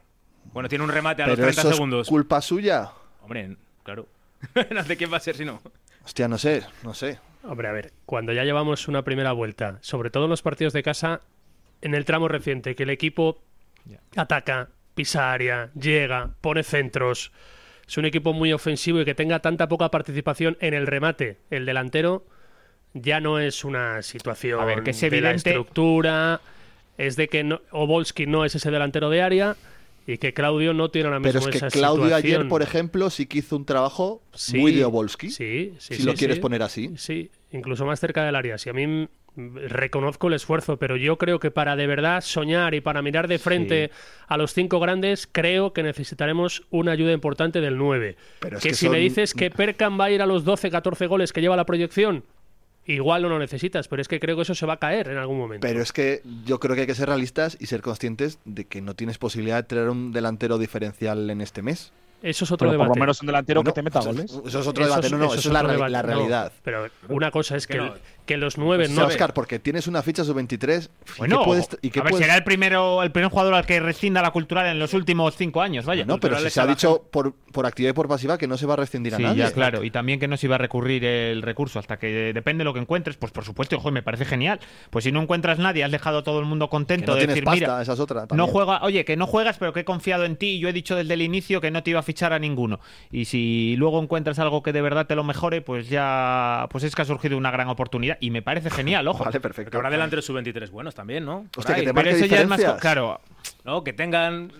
Bueno, tiene un remate a los Pero 30 eso segundos. es culpa suya. Hombre, claro. <laughs> no sé quién va a ser si no. Hostia, no sé, no sé. Hombre, a ver, cuando ya llevamos una primera vuelta, sobre todo en los partidos de casa, en el tramo reciente, que el equipo ataca, pisa área, llega, pone centros. es un equipo muy ofensivo y que tenga tanta poca participación en el remate, el delantero, ya no es una situación A ver, que es de la evidente- estructura, es de que no, Obolski no es ese delantero de área y que Claudio no tiene ahora mismo Pero es que esa Claudio situación. ayer, por ejemplo, sí que hizo un trabajo Sí, muy de Obolski. Sí, sí, si sí, lo quieres sí. poner así. Sí, incluso más cerca del área. Si a mí m- reconozco el esfuerzo, pero yo creo que para de verdad soñar y para mirar de frente a los cinco grandes, creo que necesitaremos una ayuda importante del 9. Pero es que, que si son- me dices que Perkan va a ir a los 12, 14 goles que lleva la proyección, igual no lo necesitas, pero es que creo que eso se va a caer en algún momento. Pero es que yo creo que hay que ser realistas y ser conscientes de que no tienes posibilidad de traer un delantero diferencial en este mes. Eso es otro Pero por debate. lo menos un delantero Bueno, que te meta eso- goles. Eso es otro Eso es- debate, no, no, eso eso es es, la, otro re- debate. la No, realidad. pero una cosa es que, Que no. que los nueve Sí, no... Oscar, porque tienes una ficha sub-23 Bueno, y que puedes... Y que a ver, puedes- será el, primero, el primer jugador al que rescinda la cultural en los últimos cinco años, vaya. No, pero si se ha dicho por, por activa y por pasiva que no se va a rescindir a Sí, nadie. ya, claro. Y también que no se iba a recurrir el recurso hasta que depende de lo que encuentres. Pues por supuesto, ojo, me parece genial. Pues si no encuentras nadie, has dejado a todo el mundo Que contento no de tienes decir, pasta, mira, esa es otra. no también. juega, oye, que no juegas, pero que he confiado en ti y yo he dicho desde el inicio que no te iba a fichar a ninguno. Y si luego encuentras algo que de verdad te lo mejore, pues ya, pues es que ha surgido una gran oportunidad y me parece genial, ojo. <laughs> Vale, Porque perfecto. habrá delanteros sub-23 buenos también, ¿no? Por Hostia, que ahí. te Pero marque eso ya es más, co- diferencias. claro. No, que tengan.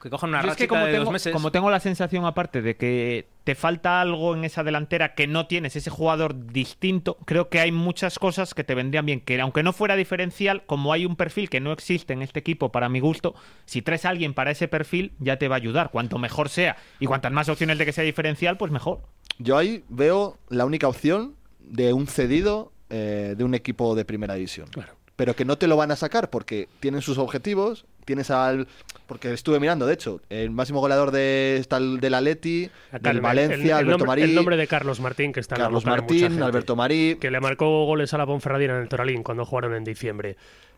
Que cojan una Yo es racha que como de tengo, dos meses. como tengo la sensación aparte de que te falta algo en esa delantera que no tienes, ese jugador distinto, creo que hay muchas cosas que te vendrían bien, que aunque no fuera diferencial, como hay un perfil que no existe en este equipo para mi gusto, si traes a alguien para ese perfil ya te va a ayudar, cuanto mejor sea y cuantas más opciones de que sea diferencial, pues mejor. Yo ahí veo la única opción de un cedido eh, de un equipo de primera división. Pero que no te lo van a sacar porque tienen sus objetivos, tienes al... Porque estuve mirando, de hecho, el máximo goleador de, está el del Atleti, Acá, del el- Valencia, el- el Alberto nombre- Marí, El nombre de Carlos Martín, que está en la Carlos boca de mucha Martín, gente. Alberto Marí... que le marcó goles a la Ponferradina en el Toralín cuando jugaron en diciembre.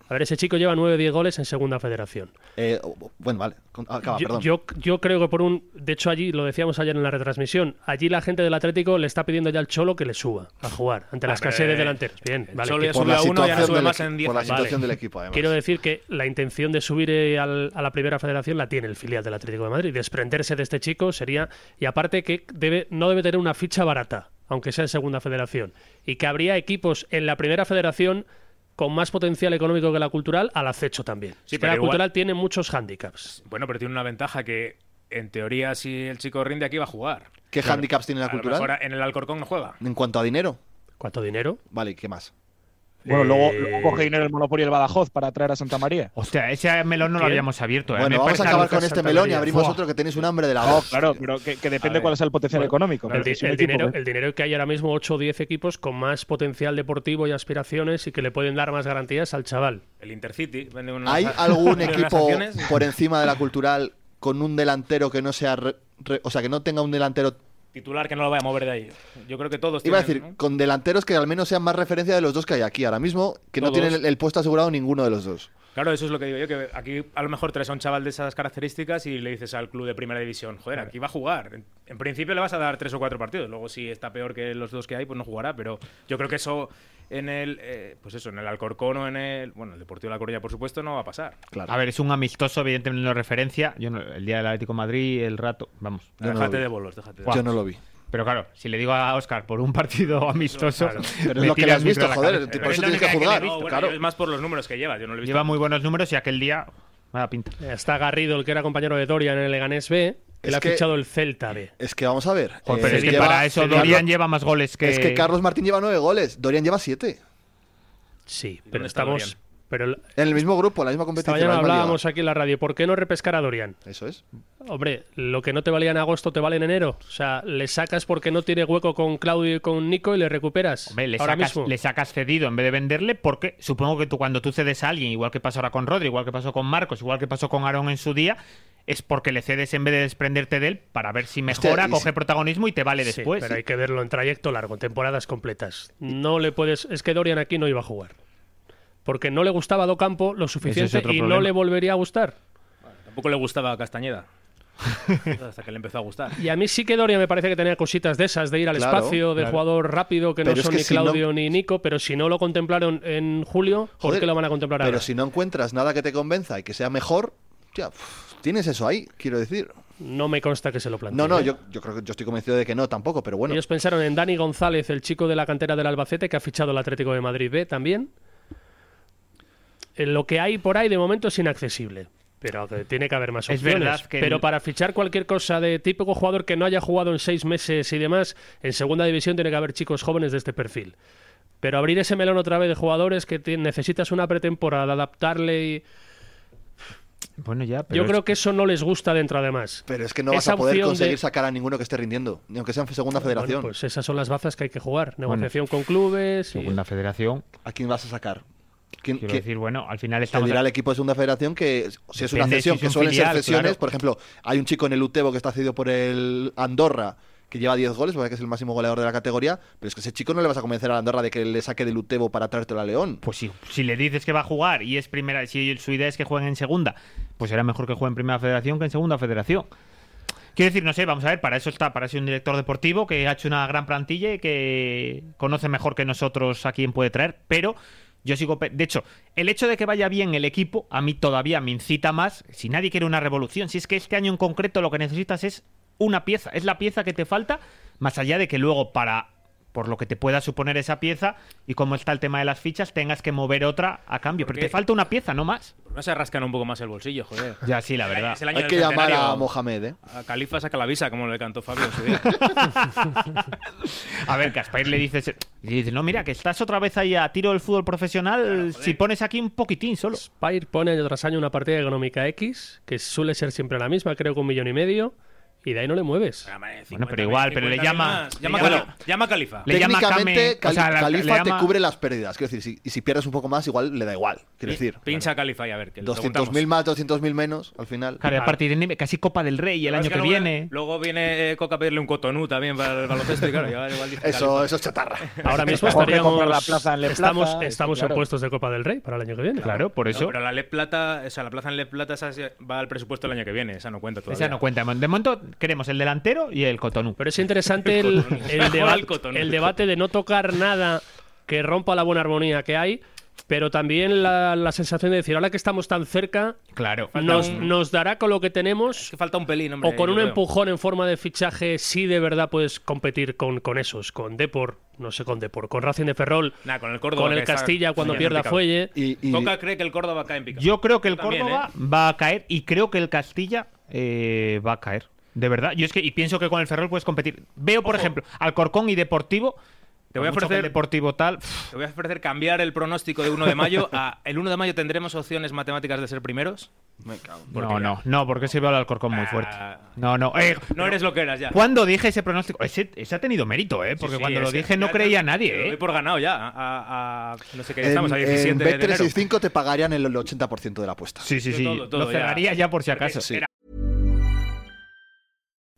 A ver, ese chico lleva 9-10 goles en Segunda Federación. eh, o- o- bueno, vale, con- ah, acaba, yo, perdón. yo, yo creo que por un... De hecho, allí, lo decíamos ayer en la retransmisión, allí la gente del Atlético le está pidiendo ya al Cholo que le suba a jugar ante la escasez de delanteros. Bien, el vale. Cholo que- ya por sube la a uno, ya no situación sube del más equi- en 10 por la años. Vale. situación del equipo, además. Quiero decir que la intención de subir eh, al- a la primera federación la tiene el filial del Atlético de Madrid. Desprenderse de este chico sería. Y aparte que debe, no debe tener una ficha barata, aunque sea en segunda federación. Y que habría equipos en la primera federación con más potencial económico que la cultural al acecho también. Sí, Es que pero la igual- cultural tiene muchos hándicaps. Bueno, pero tiene una ventaja que, en teoría, si el chico rinde aquí va a jugar. ¿Qué handicaps tiene la A lo mejor cultural? en el Alcorcón no juega. En cuanto a dinero, ¿Cuánto dinero? vale, ¿qué más? Bueno, luego, Eh, luego coge dinero el Monopoly y el Badajoz para traer a Santa María. Hostia, ese melón no lo ¿Quién? habíamos abierto. ¿eh? Me Bueno, vamos parece a acabar algo- con este Santa melón y María. abrimos Buah. otro que tenéis un hambre de la No, voz. claro, pero que, que depende ver. cuál sea el potencial económico. El, porque di- si un el equipo ¿eh? dinero, que- el dinero que hay ahora mismo, 8 o 10 equipos con más potencial deportivo y aspiraciones y que le pueden dar más garantías al chaval. El Intercity vende unas- <laughs> ¿Hay algún vende unas equipo acciones. por encima de la cultural con un delantero que no sea. re- re- o sea, que no tenga un delantero. Titular que no lo vaya a mover de ahí. Yo creo que todos. Iba a tienen, decir, ¿no? con delanteros que al menos sean más referencia de los dos que hay aquí ahora mismo, que no Todos. tienen el, el puesto asegurado ninguno de los dos. Claro, eso es lo que digo yo, que aquí a lo mejor traes a un chaval de esas características y le dices al club de primera división, joder, aquí va a jugar. En, en principio le vas a dar tres o cuatro partidos, luego si está peor que los dos que hay, pues no jugará, pero yo creo que eso en el, eh, pues eso, en el Alcorcón o en el, bueno, el Deportivo de la Coruña, por supuesto, no va a pasar. Claro. A ver, es un amistoso, evidentemente no es referencia. Yo no- el día del Atlético de Madrid, el rato, vamos. Yo no lo déjate vi. de bolos, déjate. de Yo bolos. no lo vi. Pero claro, si le digo a Oscar por <laughs> un partido amistoso, Pero me es lo que le tira has el visto, micro a la joder. cabeza. Por Pero eso es la tienes que única jugar. le he No, visto. bueno, claro. yo es más por los números que lleva, yo no lo he visto. Lleva muy buenos números y aquel día, mala pinta. Está Garrido, el que era compañero de Dorian en el Leganés B, que Es le ha que- fichado el Celta B. Es que vamos a ver. Joder, eh, pero es que lleva- para eso Carlos- Dorian lleva más goles que. Es que Carlos Martín lleva nueve goles, Dorian lleva siete. Sí, dónde pero está estamos. Pero el- En el mismo grupo, en la misma esta competición. mañana la misma hablábamos liga. aquí en la radio. ¿Por qué no repescar a Dorian? Eso es. Hombre, lo que no te valía en agosto te vale en enero. O sea, le sacas porque no tiene hueco con Claudio y con Nico y le recuperas. Hombre, le ahora sacas, mismo. le sacas cedido en vez de venderle, porque supongo que tú cuando tú cedes a alguien, igual que pasó ahora con Rodri, igual que pasó con Marcos, igual que pasó con Aarón en su día, es porque le cedes en vez de desprenderte de él para ver si Hostia, mejora, y coge si- protagonismo y te vale Sí, después. pero hay que verlo en trayecto largo, temporadas completas. No le puedes. Es que Dorian aquí no iba a jugar. Porque no le gustaba Do Campo lo suficiente y otro no problema. le volvería a gustar. Tampoco le gustaba a Castañeda. <laughs> Hasta que le empezó a gustar. Y a mí sí que Doria me parece que tenía cositas de esas, de ir al Claro, espacio, de claro. jugador rápido, que Pero no es son que ni si Claudio no- ni Nico, pero si no lo contemplaron en julio, ¿por Joder, qué lo van a contemplar ahora? Pero si no encuentras nada que te convenza y que sea mejor, ya, uf, tienes eso ahí, quiero decir. No me consta que se lo planteen. No, no, ¿eh? yo, yo creo que yo estoy convencido de que no tampoco, pero bueno. Ellos pensaron en Dani González, el chico de la cantera del Albacete, que ha fichado el Atlético de Madrid B también. Eh, Lo que hay por ahí de momento es inaccesible. Pero que tiene que haber más Es opciones. verdad que el- Pero para fichar cualquier cosa de típico jugador que no haya jugado en seis meses y demás, en segunda división tiene que haber chicos jóvenes de este perfil. Pero abrir ese melón otra vez de jugadores que te- necesitas una pretemporada, adaptarle y... Bueno, ya, Yo creo que eso no les gusta dentro además. Pero es que no vas Esa a poder opción conseguir de- sacar a ninguno que esté rindiendo, ni aunque sea en segunda federación. Bueno, pues esas son las bazas que hay que jugar. Negociación con clubes. y- Segunda Federación, ¿A quién vas a sacar? ¿Quién, quiero qué- decir, bueno, al final te estamos... dirá el equipo de segunda federación que si es una Depende cesión, si es que un suelen filial, ser cesiones, claro. por ejemplo, hay un chico en el Utebo que está cedido por el Andorra que lleva 10 goles, porque es el máximo goleador de la categoría, pero es que ese chico no le vas a convencer a Andorra de que le saque del Utebo para traértelo a León. Pues si, si le dices que va a jugar y es primera, si su idea es que jueguen en segunda, pues será mejor que juegue en primera federación que en segunda federación. Quiero decir, no sé, vamos a ver, para eso está, para eso hay un director deportivo que ha hecho una gran plantilla y que conoce mejor que nosotros a quién puede traer, pero yo sigo. pe- De hecho, el hecho de que vaya bien el equipo, a mí todavía me incita más. Si nadie quiere una revolución, si es que este año en concreto lo que necesitas es una pieza, es la pieza que te falta, más allá de que luego para. Por lo que te pueda suponer esa pieza y cómo está el tema de las fichas, tengas que mover otra a cambio. Pero Porque- te falta una pieza, no más. No se rascan un poco más el bolsillo, joder. Ya, sí, la verdad. Es el año Hay del que llamar a centenario. Mohamed, ¿eh? A Califa saca la visa, como le cantó Fabio en su <laughs> día. A ver, Caspair le dices, y dices, no, mira, que estás otra vez ahí a tiro del fútbol profesional, si pones aquí un poquitín solo. Spire pone año tras año una partida económica X, que suele ser siempre la misma, creo que un millón y medio, y de ahí no le mueves. Ah, Bueno, pero igual, pero le llama- Llama, le a Cali- llama a Califa. Le llama Técnicamente, Kame, o sea, Cali- la- Califa le te llama- cubre las pérdidas. Quiero decir, si, y si pierdes un poco más, igual le da igual. Quiero decir, Pincha a Califa y a ver. que le 200.000 más, 200.000 menos, al final. Claro, y a partir de casi Copa del Rey el preguntamos. año que, Claro, es luego- viene. Luego viene eh, Coca a pedirle un cotonú también para el baloncesto y claro, ya igual dice Eso, eso es chatarra. Ahora mismo Tengo que estaríamos, comprar la plaza en Le estamos, Plaza, estamos claro. en puestos de Copa del Rey para el año que viene. Claro, por Califa. No, eso. pero la Le Plata, o sea, la plaza en Le Plata esa se- va al presupuesto el año que viene, esa no cuenta todavía. Esa no cuenta. De momento queremos el delantero y el Cotonú. Pero es <laughs> interesante el, el Joder, deba- el Cotonou. el debate de no tocar nada que rompa la buena armonía que hay, pero también la, la sensación de decir, ahora que estamos tan cerca, Claro. nos, nos dará con lo que tenemos. Es que falta un pelín, hombre. O con yo un creo. empujón en forma de fichaje, si de verdad puedes competir con, con esos, con Depor, no sé, con Depor, con Racing de Ferrol, Nah, con el Córdoba. con que el está Castilla cuando bien pierda picado. Fuelle. Y, y- Coca cree que el Córdoba cae en picado. Yo ¿eh? creo que el También, Córdoba va a caer y creo que el Castilla eh, va a caer. De verdad. Yo es que y pienso que con el Ferrol puedes competir. Veo, por ejemplo, al Corcón y Deportivo. Te voy a por mucho que ofrecer- el Deportivo tal. pff, Te voy a ofrecer cambiar el pronóstico de 1 de mayo a <laughs> el 1 de mayo tendremos opciones matemáticas de ser primeros. No, no, no, porque se ve al Alcorcón muy fuerte. Ah. No, no. eh, No eres lo que eras ya. Cuando dije ese pronóstico, ese, ese ha tenido mérito, ¿eh? Sí, Porque sí, cuando lo ese- dije no ya- creía a Lo nadie, doy ¿eh? por ganado ya. A, a- no sé qué en, día estamos, a 17 en de enero. Bet365 te pagarían el 80% de la apuesta. Sí, sí, sí. Todo, todo, lo cerraría ya, por si acaso. Sí.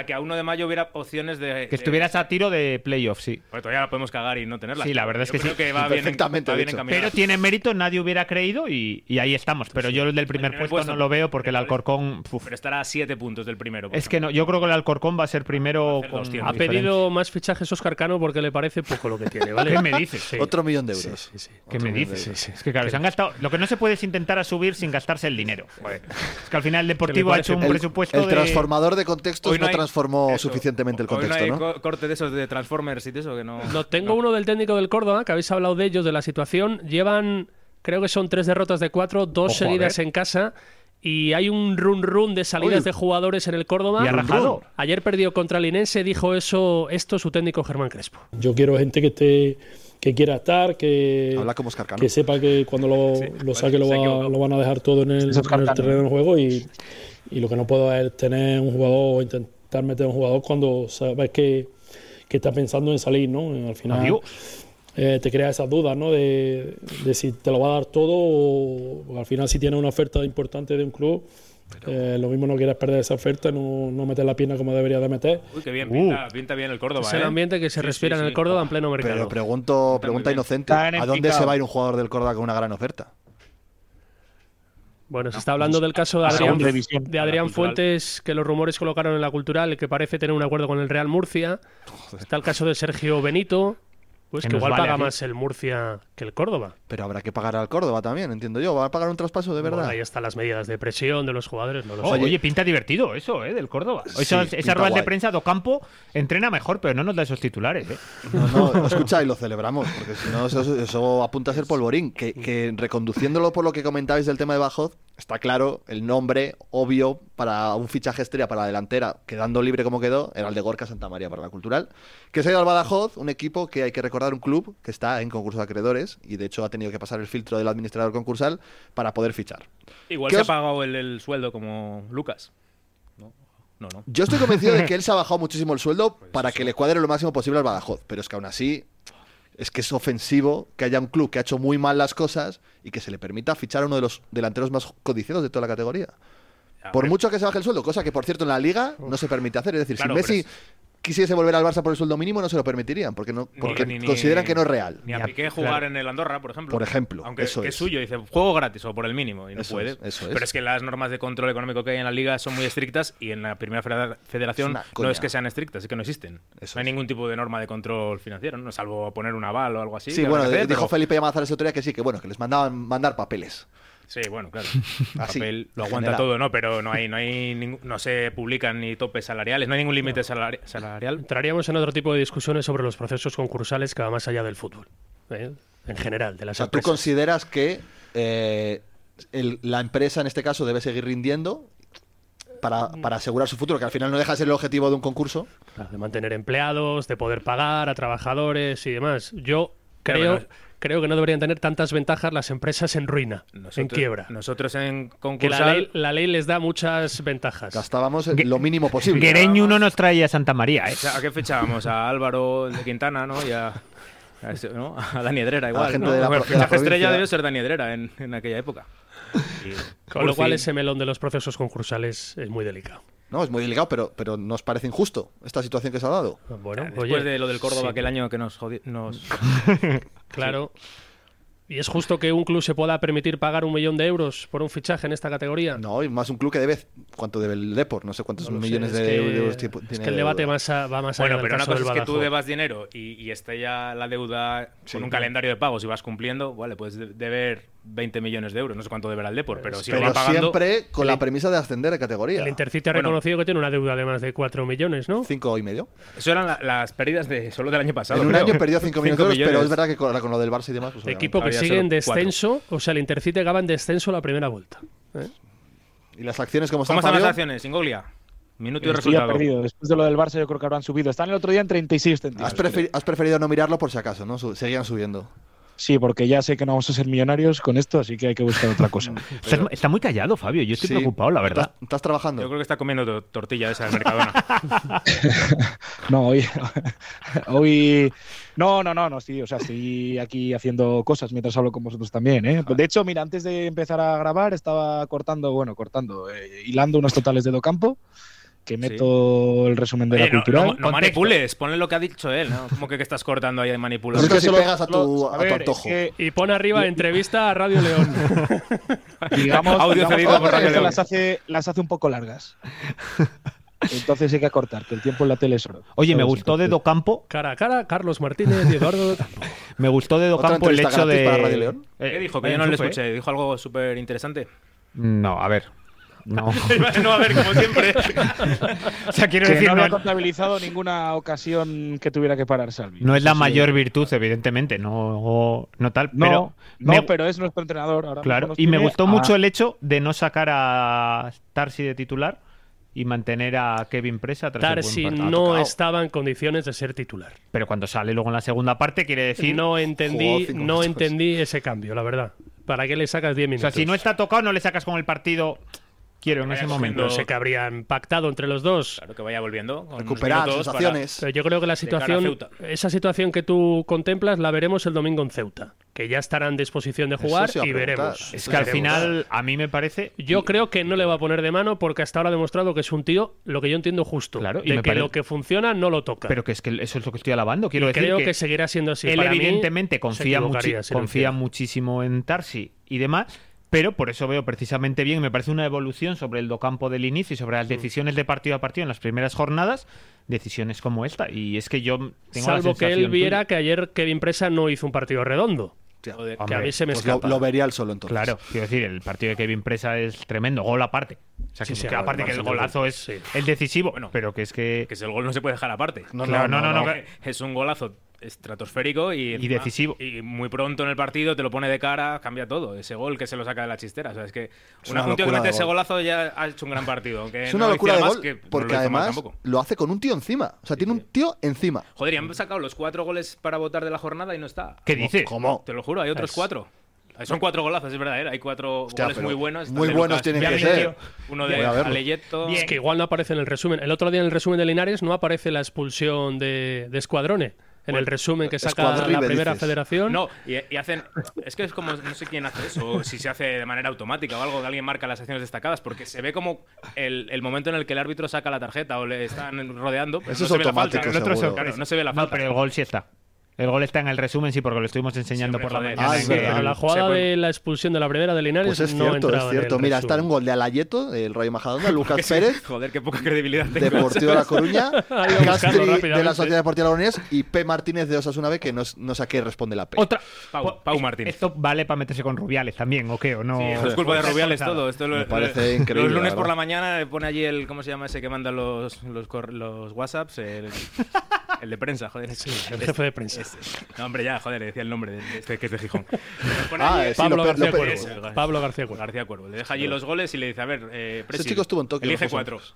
A que a 1 de mayo hubiera opciones de. Que estuvieras a tiro de playoff, sí. Bueno, todavía la podemos cagar y no tenerla. Sí, la verdad es Yo que creo sí. que va bien, Perfectamente, va de bien hecho. encaminada. Pero tiene mérito, nadie hubiera creído y, y ahí estamos. Pero yo el del primer primer puesto, puesto. no lo veo porque el Pero- Alcorcón. uf, Pero estará a 7 puntos del primero. por es que ejemplo. no, yo creo que el Alcorcón va a ser primero. Va a hacer con 200. Ha pedido más fichajes Oscar Cano porque le parece poco lo que tiene, ¿vale? ¿Qué me dices? Sí. Otro millón de euros. Sí, sí, sí. ¿Qué me dices? Sí, sí. Es que claro, se han gastado. Lo que no se puede es intentar a subir sin gastarse el dinero. Joder. Es que al final el Deportivo ha parece? hecho un El, presupuesto el de. transformador de contextos Hoy no, hay- transformó eso. suficientemente el Hoy contexto, no ¿no? hay co- corte de esos de Transformers y de eso que no. No, tengo uno del técnico del Córdoba, que habéis hablado de ellos, de la situación. Llevan, creo que son tres derrotas de cuatro, dos Ojo, eh. a seguidas ver. en casa. y hay un run run de salidas Uy. de jugadores en el Córdoba. Y ha rajado. Ayer perdió contra Linense, dijo eso esto su técnico Germán Crespo. Yo quiero gente que esté, que quiera estar, que, Habla como Oscar Cano. que sepa que cuando lo, lo saque lo, se ha va- equivocado. lo van a dejar todo en el, Eso es en el Cartano. terreno del juego y, y lo que no puedo es tener un jugador o intentar meter a un jugador cuando sabes que, que está pensando en salir, ¿no? Al final eh, te crea esas dudas, ¿no? De, de si te lo va a dar todo o porque al final si tienes una oferta importante de un club, eh, lo mismo no quieres perder esa oferta, no, no meter la pierna como debería de meter. Uy, qué Uh. bien, pinta, pinta bien el Córdoba. es el ¿eh? ambiente que se Sí, respira sí, en el sí. Córdoba en pleno mercado. Pero pregunto, pregunta bien. inocente, Están en ¿a dónde picado. se va a ir un jugador del Córdoba con una gran oferta? Bueno, se está hablando del caso de a Adrián, segunda división, de a la Adrián cultural. Fuentes, que los rumores colocaron en la cultural, que parece tener un acuerdo con el Real Murcia. Está el caso de Sergio Benito, pues Que que nos igual vale paga aquí. más el Murcia que el Córdoba. Pero habrá que pagar al Córdoba también, entiendo yo. ¿Va a pagar un traspaso de verdad? Bueno, ahí están las medidas de presión de los jugadores, no lo Oh, sé. oye, pinta divertido eso, ¿eh? Del Córdoba. Sí, Esa- pinta esas ruedas guay. de prensa do campo entrena mejor, pero no nos da esos titulares, ¿eh? No, no, escucha y lo celebramos, porque si no, eso, eso apunta a ser polvorín. Que, que reconduciéndolo por lo que comentabais del tema de Bajoz, está claro el nombre obvio para un fichaje estrella para la delantera, quedando libre como quedó, era el de Gorka Santa María para la cultural. Que se ha ido al Badajoz, un equipo que hay que recordar, un club que está en concurso de acreedores y de hecho ha tenido que pasar el filtro del administrador concursal para poder fichar. Igual ¿Qué se os- ha pagado el, el sueldo como Lucas. No, no. no. Yo estoy convencido <laughs> de que él se ha bajado muchísimo el sueldo Pues para que le cuadre lo máximo posible al Badajoz, pero es que aún así es que es ofensivo que haya un club que ha hecho muy mal las cosas y que se le permita fichar a uno de los delanteros más codiciados de toda la categoría. Ya, Por hombre, mucho que se baje el sueldo, cosa que por cierto en la liga no se permite hacer, es decir, Claro, si Messi pero quisiese volver al Barça por el sueldo mínimo no se lo permitirían porque no ni- porque ni- ni- consideran que no es real. Ni a Piqué jugar en el Andorra, por ejemplo. Por ejemplo, Aunque eso que es. es suyo, dice juego gratis o por el mínimo y no Eso puede. es, eso es. Pero es que las normas de control económico que hay en la liga son muy estrictas y en la primera federa- Es federación una coña. no es que sean estrictas, es que no existen. Eso no hay es. ningún tipo de norma de control financiero, ¿no? salvo poner un aval o algo así. Sí, que habrá bueno, que hacer, dijo pero- Felipe Llamazares otro día que sí, que bueno, que les mandaban mandar papeles. Sí, bueno, claro. <laughs> Así, Papel lo en aguanta general. todo, ¿no? Pero no hay, no hay ningún- no se publican ni topes salariales, no hay ningún límite salari- salarial. Entraríamos en otro tipo de discusiones sobre los procesos concursales que va más allá del fútbol, ¿eh? en general, de O las sea, ¿tú empresas. consideras que eh, el- la empresa en este caso debe seguir rindiendo para, Mm. para asegurar su futuro? Que al final no deja de ser el objetivo de un concurso. Claro, de mantener empleados, de poder pagar a trabajadores y demás. Yo Pero creo, bueno, creo que no deberían tener tantas ventajas las empresas en ruina, en Nosotros- quiebra. Nosotros en Que la concursal... ley, la ley les da muchas ventajas. Gastábamos lo mínimo posible. Guereñu no nos traía a Santa María, O ¿eh? sea, ¿A qué fechábamos? A Álvaro de Quintana, ¿no? Y a, a, ese, ¿no? a Dani Herrera, igual. gente ¿no? de la Bueno, pro- de la fichaje estrella provincia. debió ser Dani Herrera en, en aquella época. Y- Con lo cual Urzi, ese melón de los procesos concursales es muy delicado. No, es muy delicado, pero, pero nos parece injusto esta situación que se ha dado. Bueno, Después oye, de lo del Córdoba sí, aquel año que nos, jodi- nos Claro. ¿Y es justo que un club se pueda permitir pagar un millón de euros por un fichaje en esta categoría? No, y más un club que debe cuánto debe el Depor, no sé cuántos No lo sé, millones es de que- eh, euros. Es tipo- que tiene el de debate deuda. más a- va más allá Bueno, del pero una caso cosa del es que tú Badajoz. debas dinero y, y esté ya la deuda con un calendario de pagos y vas cumpliendo, vale, puedes de- deber 20 millones de euros, no sé cuánto deberá el Depor, pero si lo Pero va pagando... siempre con la premisa de ascender de categoría. El Intercity ha Bueno. reconocido que tiene una deuda de más de 4 millones, ¿no? Cinco y medio. Eso eran la- las pérdidas de <laughs> solo del año pasado. en un creo. año perdió cinco millones de euros, pero millones. es verdad que con, ahora con lo del Barça y demás. pues, obviamente. Equipo que Había sigue en solo cuatro. descenso, o sea, el Intercity acaba en descenso la primera vuelta. ¿Y las acciones como están, ¿Cómo están las Fabio? acciones, Ingoglia? Minuto y El Sevilla ha resultado. perdido. Después de lo del Barça, yo creo que habrán subido. Están el otro día en 36 Has, centavos. preferi- has preferido no mirarlo por si acaso, ¿no? Su- seguían subiendo. Sí, porque ya sé que no vamos a ser millonarios con esto, así que hay que buscar <laughs> otra cosa. Está, está muy callado, Fabio. Yo estoy Sí. preocupado, la verdad. ¿Estás, estás trabajando? Yo creo que está comiendo to- tortilla esa del <laughs> Mercadona. No, hoy, <laughs> hoy. No, no, no, no, sí, o sea, estoy aquí haciendo cosas mientras hablo con vosotros también, ¿eh? De hecho, mira, antes de empezar a grabar estaba cortando, bueno, cortando, eh, hilando unos totales de Docampo, que meto el resumen de Oye, la Eh, no, cultural. no- no manipules, ponle lo que ha dicho él, ¿no? Como que, que estás cortando ahí de manipular. Cortas Es que y <laughs> solo- pegas a tu, solo- a a tu ver, es antojo. que- Y pone arriba entrevista a Radio León. digamos, Audio digamos cedido por que Raquel las hace, las hace un poco <laughs> largas. Entonces hay que acortar, que el tiempo en la tele es oro. Oye, me ¿Sabes? gustó de Docampo, Cara a cara, Carlos Martínez y Eduardo Campo. me gustó de ¿Otra Docampo el entrevista hecho de. gratis para Radio León? Eh, ¿Qué dijo? Que vaya yo no le enchufe, ¿eh? <laughs> <laughs> escuché. Dijo algo súper interesante. No, a ver. No. no, a ver, como siempre. O sea, quiero Que decir, no no, había es- contabilizado ninguna ocasión que tuviera que parar Salvi. no es la Sí. mayor virtud, evidentemente, no, no tal, No, pero... no, me- pero es nuestro entrenador ahora. mismo Claro, nos y me tiene gustó a- mucho el hecho de no sacar a Tarsi de titular y mantener a Kevin Presa tras el buen Tarsi partido. no Ha tocado. estaba en condiciones de ser titular. Pero cuando sale luego en la segunda parte, quiere decir. no entendí, Joder, cinco no minutos. entendí ese cambio, la verdad. ¿Para qué le sacas 10 o minutos? sea, si no está tocado, no le sacas con el partido. Quiero en ese Vaya momento. No sé qué habrían pactado entre los dos. Claro que vaya volviendo. con unos Recuperar minutos para- sensaciones. Pero yo creo que la De cara a situación, Ceuta. esa situación que tú contemplas, la veremos el domingo en Ceuta, que ya estarán en disposición de jugar se iba a y preguntar. veremos. Es que al Veremos. final, a mí me parece. Yo creo que no le va a poner de mano porque hasta ahora ha demostrado que es un tío, lo que yo entiendo justo, Claro, y de me que pare- lo que funciona no lo toca. Pero que es que eso es lo que estoy alabando. Quiero decir creo que, que seguirá siendo así. él Para mí, evidentemente se confía, muchi- equivocaría si lo confía hiciera. muchísimo en Tarsi y demás, pero por eso veo precisamente bien, me parece una evolución sobre el docampo del inicio y sobre las decisiones de partido a partido en las primeras jornadas, decisiones como esta. Y es que yo tengo la Salvo que él sensación viera tuya. que ayer Kevin Presa no hizo un partido redondo. Joder, que a mí se me Pues lo, escapa. lo vería él solo entonces. Claro, quiero decir, el partido de Kevin Presa es tremendo, gol aparte. O sea, que, Sí, sí, que a ver, aparte que el Barcelona, golazo es sí. el decisivo, Bueno, pero que es que... que si el gol no se puede dejar aparte. No, Claro, no, no, no, Porque Es un golazo estratosférico y, encima- decisivo. Y muy pronto en el partido te lo pone de cara, cambia todo. Ese gol que se lo saca de la chistera. O sea, es que Es una, una un tío que locura mete de ese gol. golazo ya ha hecho un gran partido. aunque Es no una lo locura de hiciera más, gol que no porque lo hizo mal además tampoco. lo hace con un tío encima. O sea, tiene un tío encima. Joder, y han sacado los cuatro goles para votar de la jornada y no está. ¿Qué dices? ¿Cómo? Te lo juro, hay otros cuatro. Son cuatro golazos, es verdad, ¿eh? hay cuatro Hostia, goles pero muy buenos. Está muy el de buenos Lucas tienen que Piazza, ser. Uno Voy de a verlo. Aleyeto. Bien. Es que igual no aparece en el resumen. El otro día en el resumen de Linares no aparece la expulsión de, de Escuadrone. En el resumen que saca la Escuadribe, primera dices. federación. No, y, y hacen. Es que es como. No sé quién hace eso, o si se hace de manera automática o algo, que alguien marca las acciones destacadas, porque se ve como el, el momento en el que el árbitro saca la tarjeta o le están rodeando. pero Eso no es se ve la falta. automático, El otro es- seguro. claro, no se ve la No, falta. pero el gol sí está. El gol está en el resumen, sí, porque lo estuvimos enseñando Siempre, por la joder. mañana. Ah, es en- verdad. Pero la jugada Se puede- de la expulsión de la primera de Linares Pues es no cierto, entraba es en cierto. el Mira, resumen. está en un gol de Alayeto, del Rayo Majadahonda, Lucas Pérez, Joder, qué poca credibilidad tengo. Deportivo de La Coruña, Ahí lo buscarlo Castri de la rápidamente. Sociedad Deportiva Aragonés y P. Martínez de Osasuna B, que no, es- no sé a qué responde la P. Otra. Pau- Po- Pau es- Martínez. Esto vale para meterse con Rubiales también, ¿o qué? ¿O no? Sí, es culpa de Rubiales todo. Esto lo- Me parece lo- increíble, Los la lunes por verdad. la mañana le pone allí el. ¿Cómo se llama ese que manda los, los, cor- los WhatsApps? El, el de prensa, joder. Sí, el jefe de prensa. No, hombre, ya, joder, le decía el nombre de, de este que es de Gijón. Pone Ah, allí- es- Sí, Pablo, López- García López- Cuervo. López- Pablo García Cuervo. García Cuervo. Le deja allí los goles y le dice, a ver, eh, Presi, chico estuvo en Tokio, Elige los dos cuatro. años.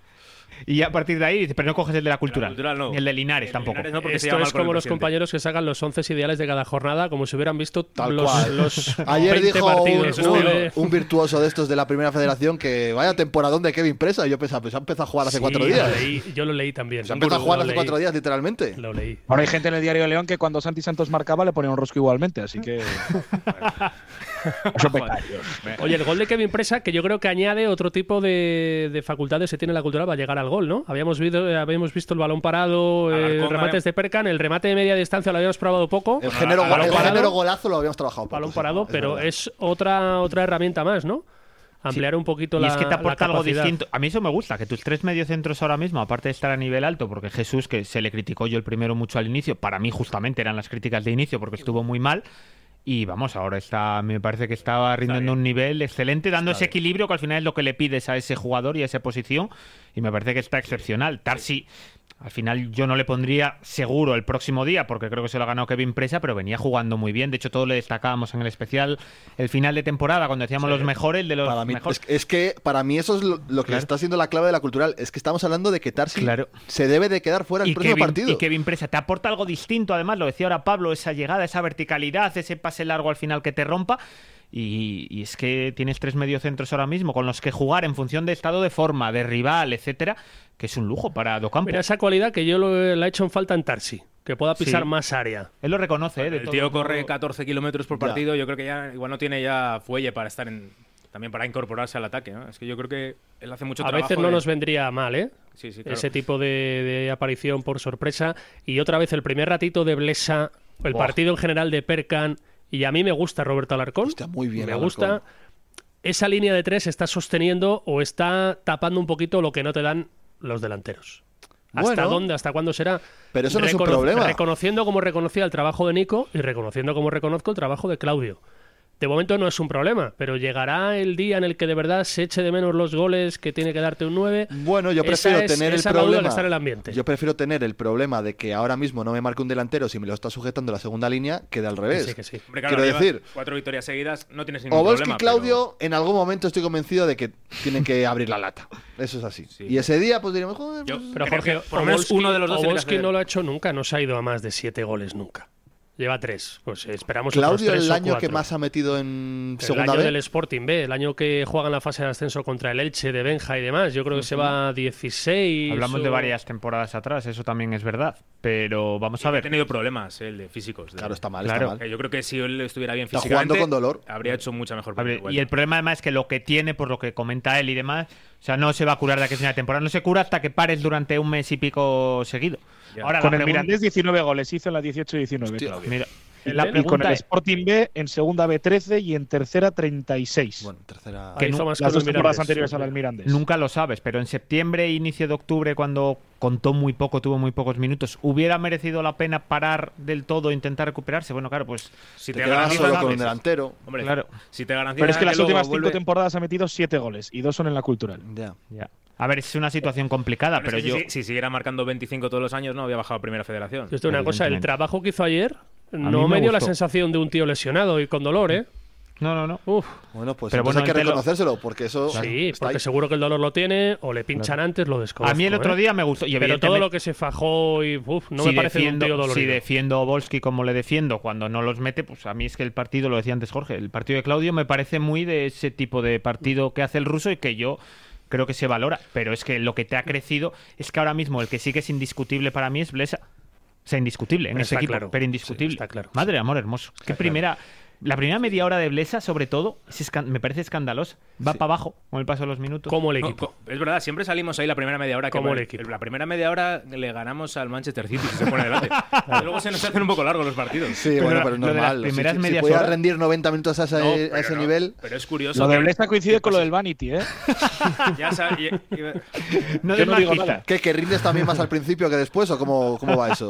Y a partir de ahí, dices, pero no coges el de la cultural. cultural no. Ni el de Linares El de tampoco. Linares no, porque se Esto lleva es mal con el como los presidente. compañeros que sacan los 11 ideales de cada jornada, como si hubieran visto Tal los, cual. los <laughs> Ayer 20 dijo un, partidos. este ¿no? un- de- un virtuoso de estos de la Primera Federación que vaya temporadón de Kevin Presa. Y yo pensaba, pues ha empezado a jugar hace Sí, cuatro Lo días. leí, yo lo leí también. Se ha empezado a jugar Lo hace leí, cuatro días, literalmente. Lo leí. Ahora hay gente en el diario de León que cuando Santi Santos marcaba le ponía un rosco igualmente, así que. Eso me cae. Oye, el gol de Kevin Presa, que yo creo que añade otro tipo de, de facultades que tiene la cultura para llegar al gol, ¿no? Habíamos visto, habíamos visto el balón parado, eh, Alarcón, remates de Percan, el remate de media distancia lo habíamos probado poco. El género, balón el parado. género golazo lo habíamos trabajado. poco, balón sí, parado, es pero verdad. es otra otra herramienta más, ¿no? Ampliar un poquito Y la es que te la aporta algo capacidad. distinto. A mí eso me gusta, que tus tres mediocentros ahora mismo, aparte de estar a nivel alto, porque Jesús, que se le criticó yo el primero mucho al inicio, para mí justamente eran las críticas de inicio porque estuvo muy mal. Y vamos, ahora está, me parece que estaba rindiendo un nivel excelente, dando ese equilibrio que al final es lo que le pides a ese jugador y a esa posición. Y me parece que está excepcional. Tarsi, al final yo no le pondría seguro el próximo día, porque creo que se lo ha ganado Kevin Presa, pero venía jugando muy bien. De hecho, todo le destacábamos en el especial el final de temporada, cuando decíamos los mejores de los Para mí- mejores. es, es que para mí eso es lo, lo que Claro. está siendo la clave de la cultural. Es que estamos hablando de que Tarsi Claro. se debe de quedar fuera el y próximo Kevin, partido. y Kevin Presa te aporta algo distinto, además, lo decía ahora Pablo, esa llegada, esa verticalidad, ese pase largo al final que te rompa. Y, y es que tienes tres mediocentros ahora mismo con los que jugar en función de estado de forma, de rival, etcétera, que es un lujo para Docampo. Mira esa cualidad que yo lo, la he hecho en falta en Tarsi, que pueda pisar Sí. más área. Él lo reconoce, ¿eh? De El todo tío modo. corre 14 kilómetros por Ya. partido. Yo creo que ya igual no tiene ya fuelle para estar en. También para incorporarse al ataque. ¿no? Es que yo creo que él hace mucho A trabajo. veces no de- nos vendría mal, ¿eh? Sí, sí, claro. Ese tipo de, de aparición por sorpresa. Y otra vez el primer ratito de Blesa, el Buah. partido en general de Percan. Y a mí me gusta Roberto Alarcón. Hostia, muy bien Me Alarcón. gusta. Esa línea de tres está sosteniendo o está tapando un poquito lo que no te dan los delanteros. ¿Hasta Bueno. dónde? ¿Hasta cuándo será? Pero eso no es un Recono- problema. Reconociendo como reconocía el trabajo de Nico y reconociendo como reconozco el trabajo de Claudio. de momento no es un problema, pero llegará el día en el que de verdad se eche de menos los goles que tiene que darte un 9. Bueno, yo prefiero Esa es- tener el esa es la duda problema. que está en el ambiente. Yo prefiero tener el problema de que ahora mismo no me marque un delantero si me lo está sujetando la segunda línea que de al revés. sí, que sí. Hombre, claro, Quiero llevas decir, Cuatro victorias seguidas, no tienes ningún Obolski problema. y Claudio, en algún momento estoy convencido de que tienen que <laughs> abrir la lata. Eso es así. Sí. y ese día, pues diríamos, joder, pero- pues, yo Pero creo Jorge, que por lo menos Obolski- uno de los dos tiene que Obolski hacer- no lo ha hecho nunca, no se ha ido a más de siete goles nunca. Lleva tres, pues esperamos otros Claudio tres el o año que cuatro. más ha metido en El segunda año vez. del Sporting B, el año que juega en la fase de ascenso contra el Elche de Benja y demás, yo creo que se va a 16. Hablamos de o- varias temporadas atrás, eso también es verdad. Pero vamos a Ha ver. tenido problemas eh, el de físicos. de- Claro, está mal, Claro. está mal. Eh, Yo creo que si él estuviera bien Está físicamente, jugando con dolor. habría hecho mucha mejor A ver, primera y el vuelta. problema además es que lo que tiene, por lo que comenta él y demás, o sea, no se va a curar de aquí a final de temporada. No se cura hasta que pares durante un mes y pico seguido. Ya. Ahora, Con la el pregunta- Mirandés 19 goles hizo en la 18-19. Hostia. Claudio. Mira, El- la el- Y con pregunta el es, Sporting B en segunda B 13 y en tercera 36. Bueno, tercera. Ah, hizo nu- más Las con dos el temporadas Mirandés. anteriores al Almirandes. nunca lo sabes, pero en septiembre, inicio de octubre, cuando contó muy poco, tuvo muy pocos minutos, ¿hubiera merecido la pena parar del todo e intentar recuperarse? Bueno, claro, pues si te quedas garantizan- solo con un ¿sabes? delantero. Hombre, Claro. si te garantizan Pero es que las luego últimas vuelve- cinco temporadas ha metido siete goles y dos son en la cultural. Ya. ya. A ver, es una situación ah, complicada, Bueno, pero es que yo... si, si siguiera marcando 25 todos los años, no había bajado a primera federación. Yo te digo una cosa, el Eh, Evidentemente. trabajo que hizo ayer mí no me me, dio la gustó. sensación de un tío lesionado y con dolor, ¿eh? No, no, no. Uf, Bueno, pues Pero entonces bueno, hay que te lo- reconocérselo, porque eso. sí, está porque ahí. seguro que el dolor lo tiene o le pinchan antes, lo desconozco. A mí el otro ¿eh? día me gustó. Y Pero todo evidentemente- lo que se fajó y uf, no me parece un tío dolorido. Si defiendo a Obolski como le defiendo cuando no los mete, pues a mí es que el partido, lo decía antes Jorge, el partido de Claudio me parece muy de ese tipo de partido que hace el ruso y que yo creo que se valora. Pero es que lo que te ha crecido es que ahora mismo el que sí que es indiscutible para mí es Blesa. O sea, indiscutible en Está este equipo, claro. pero indiscutible. Sí, está claro. Madre de amor hermoso. Qué primera. La primera media hora de Blesa, sobre todo, es escan- me parece escandalosa. Va para abajo con el paso de los minutos. Como el No, equipo. co- es verdad, siempre salimos ahí la primera media hora. que Como el va- equipo. La primera media hora le ganamos al Manchester City si se pone delante. Y luego se nos hacen un poco largos los partidos. Sí, bueno, pero es lo de las normal. Si- primeras si, medias pudiera horas- rendir 90 minutos a ese, No, a pero ese no, nivel. Pero es curioso. Lo de que- Blesa coincide con lo pasa? del Vanity, ¿eh? Ya sab- y- y- <laughs> no Yo des no más digo pistas. nada. ¿Qué? ¿Que rindes también más al principio que después? ¿O cómo, cómo va eso?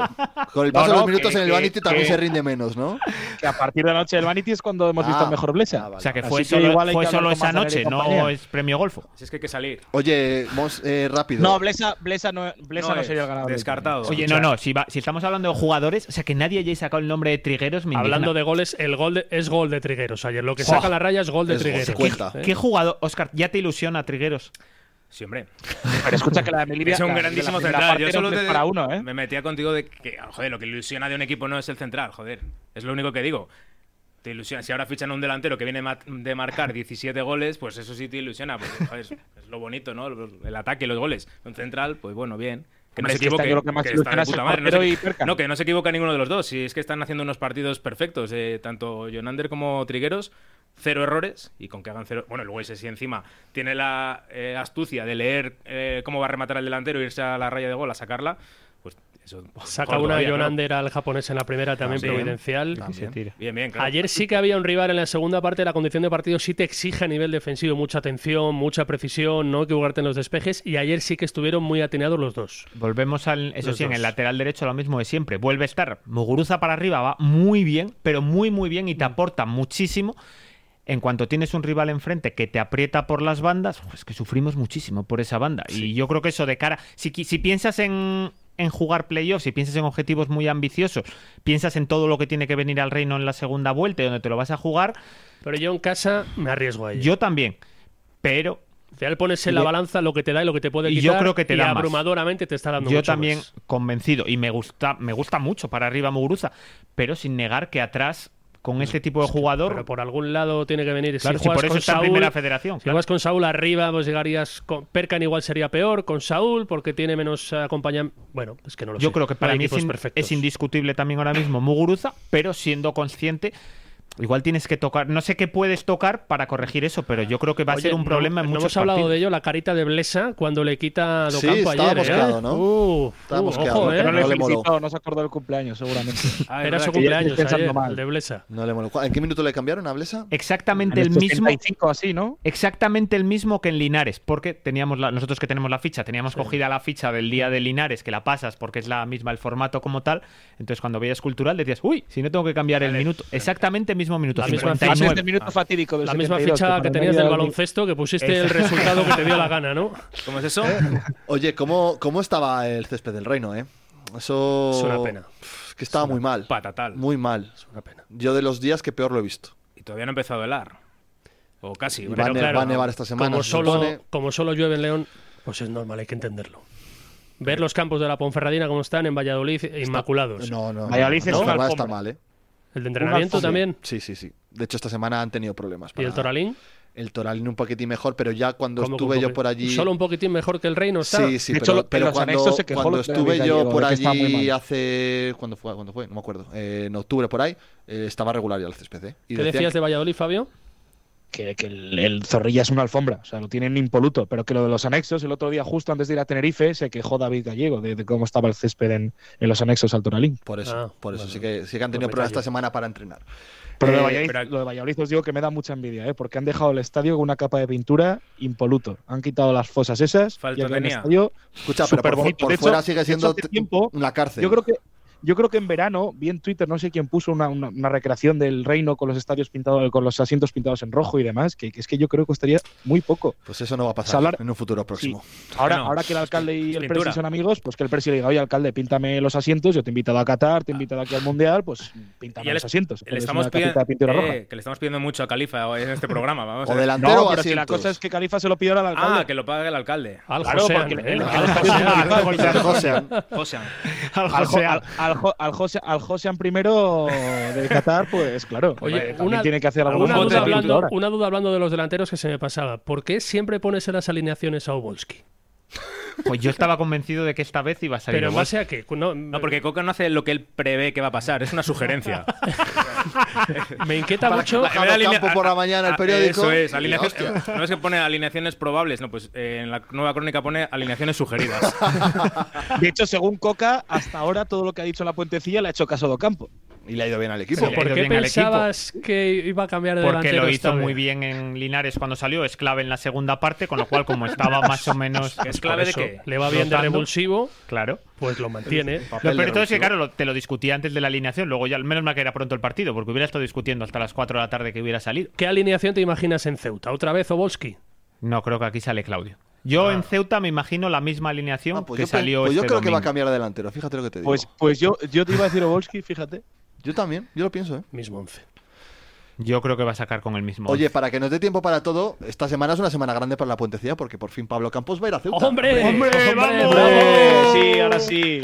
Con el paso No, de no, los minutos que- en el que- Vanity también que- se rinde menos, ¿no? Que a partir de la noche del Vanity es cuando hemos visto Ah, mejor Blesa. ah, vale. O sea, que Así fue que solo, igual hay fue que hablar solo con esa Manzanero y noche, no compañía. es premio golfo. si es que hay que salir. Oye, Mos, eh, rápido. No, Blesa, Blesa no, Blesa no, es sería el ganador. Descartado. Oye, O sea, no, no, si, va- si estamos hablando de jugadores, o sea, que nadie haya sacado el nombre de Trigueros, me Hablando indigna. de goles, el gol de- es gol de Trigueros ayer. Lo que Buah. saca la raya es gol de Es gol, Trigueros. se cuenta. ¿Eh? ¿Qué jugador, Oscar, ya te ilusiona Trigueros? Sí, hombre. Pero escucha que la de Melilla Es un la- grandísimo la- la central. parte Yo era solo un tres te- para uno, ¿eh? me metía contigo de que, ah, joder, lo que ilusiona de un equipo no es el central, joder. Es lo único que digo. Te ilusiona. Si ahora fichan a un delantero que viene ma- de marcar 17 goles, pues eso sí te ilusiona. porque, joder, es- es lo bonito, ¿no? El ataque, los goles. Un central, pues bueno, bien. Que no Hombre, se es que este equivoque. año lo que más que está ilusiona de es el puta madre, no, portero se- y Perkan. no, que no se equivoca ninguno de los dos. Si es que están haciendo unos partidos perfectos, eh, tanto Jonander como Trigueros. Cero errores y con que hagan cero. Bueno, luego ese sí encima tiene la eh, astucia de leer eh, cómo va a rematar el delantero, irse a la raya de gol a sacarla. Pues eso. Saca mejor una todavía, ¿no? Jonander al japonés en la primera, Ah, también ¿eh? También, providencial. Bien, bien, claro. Ayer sí que había un rival en la segunda parte, la condición de partido sí te exige a nivel defensivo mucha atención, mucha precisión, no equivocarte en los despejes y ayer sí que estuvieron muy atinados los dos. Volvemos al, eso Los sí, en dos. el lateral derecho lo mismo de siempre. Vuelve a estar Muguruza para arriba, va muy bien, pero muy, muy bien y te aporta muchísimo. En cuanto tienes un rival enfrente que te aprieta por las bandas, uf, es que sufrimos muchísimo por esa banda. Y yo creo que eso de cara, si, qui- si piensas en, en jugar playoffs, si piensas en objetivos muy ambiciosos, piensas en todo lo que tiene que venir al reino en la segunda vuelta y donde te lo vas a jugar, Pero yo en casa me arriesgo a ello. yo también. Pero Al final pones en la Yo- balanza lo que te da y lo que te puede Y quitar yo creo que te y da más. abrumadoramente te está dando Yo mucho también más. convencido y me gusta, me gusta mucho para arriba Muguruza, pero sin negar que atrás con este tipo de Pues Pero jugador, por algún lado tiene que venir. claro, si si juegas por eso con está Saúl, en primera federación, Si claro. vas con Saúl arriba, pues llegarías con Perkan igual sería peor, con Saúl porque tiene menos acompañamiento. Bueno, es que no lo sé. yo creo que No para hay mí es, equipos in- perfectos. es indiscutible también ahora mismo Muguruza, pero siendo consciente Igual tienes que tocar, no sé qué puedes tocar para corregir eso, pero yo creo que va a Oye, ser un no- problema en no muchos hemos hablado partidos. de ello, la carita de Blesa cuando le quita a Sí, Docampo estaba ayer. ¿eh? mosqueado, ¿no? Uh, Estaba uh, mosqueado, ojo, ¿no? ¿eh? Pero no le No le moló. felicitó, no se acordó del cumpleaños, seguramente. Ah, es Era verdad su que- cumpleaños estoy pensando ayer, mal. el de Blesa. No le moló. ¿En qué minuto le cambiaron a Blesa? Exactamente el En estos mismo 35 así, ¿no? Exactamente el mismo que en Linares, porque teníamos la- nosotros que tenemos la ficha, teníamos cogida la ficha del día de Linares, que la pasas porque es la misma el formato como tal. Entonces, cuando veías cultural, decías, uy, si no tengo que cambiar el minuto. Exactamente el mismo minuto. La misma 59. ficha. ah, Antes del minuto fatídico del La misma 72, ficha para que no tenías del olvidar- baloncesto, que pusiste el resultado que te dio la gana, <laughs> ¿no? ¿Cómo es eso? Eh. Oye, ¿cómo, ¿cómo estaba el césped del reino, eh? Eso. Es una pena. Pf, que estaba muy mal. Patatal. Muy mal. Es una pena. Yo de los días que peor lo he visto. Y todavía no ha empezado a helar. O casi. Y bueno, va, a ne- claro, va a nevar esta semana. Como se solo, supone. como solo llueve en León, pues es normal, hay que entenderlo. Ver los campos de la Ponferradina como están en Valladolid, inmaculados. No, no. Valladolid no, es no, no, una está alfombra. mal, ¿eh? El de entrenamiento alfombra. también. Sí, sí, sí. De hecho, esta semana han tenido problemas. Y el para- Toralín. El Toralín un poquitín mejor, pero ya cuando ¿Cómo, estuve cómo, yo cómo? por allí. Solo un poquitín mejor que el Reino está. Sí, sí, De pero, hecho, lo- pero en los cuando, anexos se quejó cuando David estuve yo Gallego por de que estaba muy allí mal. hace. ¿Cuándo fue? ¿Cuándo fue? No me acuerdo. Eh, en octubre por ahí. eh, estaba regular ya el césped. ¿eh? Y ¿Qué decían decías que- de Valladolid, Fabio? que, que el, el Zorrilla es una alfombra, o sea, lo tienen impoluto, pero que lo de los anexos, el otro día justo antes de ir a Tenerife, se quejó David Gallego de, de cómo estaba el césped en, en los anexos al Toralín. Por eso, Ah, por eso. bueno. sí, que, sí que han Buen tenido problemas detalle. esta semana para entrenar. Pero lo de, Eh, Valladolid, pero- lo de Valladolid os digo que me da mucha envidia, ¿eh? porque han dejado el estadio con una capa de pintura impoluto. Han quitado las fosas esas Falta y el gran tenía. estadio Escucha, pero por, fu- Superbonito. por De hecho- fuera de sigue hecho, siendo hace t- tiempo, una cárcel. Yo creo que yo creo que en verano vi en Twitter, no sé quién puso una, una- una recreación del reino con los estadios pintados, con los asientos pintados en rojo y demás, que, que es que yo creo que costaría muy poco. Pues eso no va a pasar Hablar- en un futuro próximo. Ahora, Bueno, ahora que el alcalde y el pintura. presi son amigos, pues que el presi le diga, oye, alcalde, píntame los asientos, yo te he invitado a Qatar, te he invitado aquí al Mundial, pues Y píntame ya los asientos. le Pones estamos una capita pidiendo, de pintura roja. eh, que le estamos pidiendo mucho a Califa en <laughs> este programa. Vamos a O ver. delantero No, o pero si la asientos. <laughs> cosa es que Califa se lo pidió al alcalde. Ah, que lo pague el alcalde. Al Claro, Josean, porque ¿eh? el- Al <laughs> el- Josean. <laughs> Josean. <laughs> Josean. al, Jo- al, al Jo- al Jose- al Josean primero de Qatar, pues claro, Oye, también una, tiene que hacer algún una bote duda de hablando, pintura. una duda hablando de los delanteros que se me pasaba. ¿Por qué siempre pones en las alineaciones a Obolski? Pues yo estaba convencido de que esta vez iba a salir. ¿Pero en Oblak. base a qué? No, No, porque Coca no hace lo que él prevé que va a pasar, es una <laughs> sugerencia. me inquieta mucho. Bajar al campo por la mañana el Ah, periódico. Eso es, Y alineación- hostia. no es que pone alineaciones probables, no, pues eh, en la nueva crónica pone alineaciones <laughs> sugeridas. De hecho, según Coca, hasta ahora todo lo que ha dicho en la puentecilla le ha hecho caso a Docampo. Y le ha ido bien al equipo. ¿Pero le ha Pues ¿Por ido qué bien al pensabas que iba a cambiar de Porque delantero lo esta hizo vez? muy bien en Linares cuando salió, es clave en la segunda parte, con lo cual como estaba más o menos... <laughs> ¿Es clave de Eso, qué? Le va bien de Rotando. revulsivo, Claro. pues lo mantiene. Lo Papel peor de de todo es que, revulsivo. claro, lo- te lo discutí antes de la alineación, luego ya al menos me que era pronto el partido, porque hubiera estado discutiendo hasta las 4 de la tarde que hubiera salido. ¿Qué alineación te imaginas en Ceuta? ¿Otra vez Obolski? No, creo que aquí sale Claudio. Yo en Ceuta me imagino la misma alineación Ah, pues que yo, pe- salió pues yo este creo que va a domingo. cambiar de delantero, fíjate lo que te digo. Pues, pues yo, yo te iba a decir Obolski, fíjate. yo también, yo lo pienso, ¿eh? Mismo once. Yo creo que va a sacar con el mismo. Oye, para que nos dé tiempo para todo, esta semana es una semana grande para la puentecía porque por fin Pablo Campos va a ir a Ceuta. ¡Hombre! ¡Hombre, vamos! Sí, ahora sí.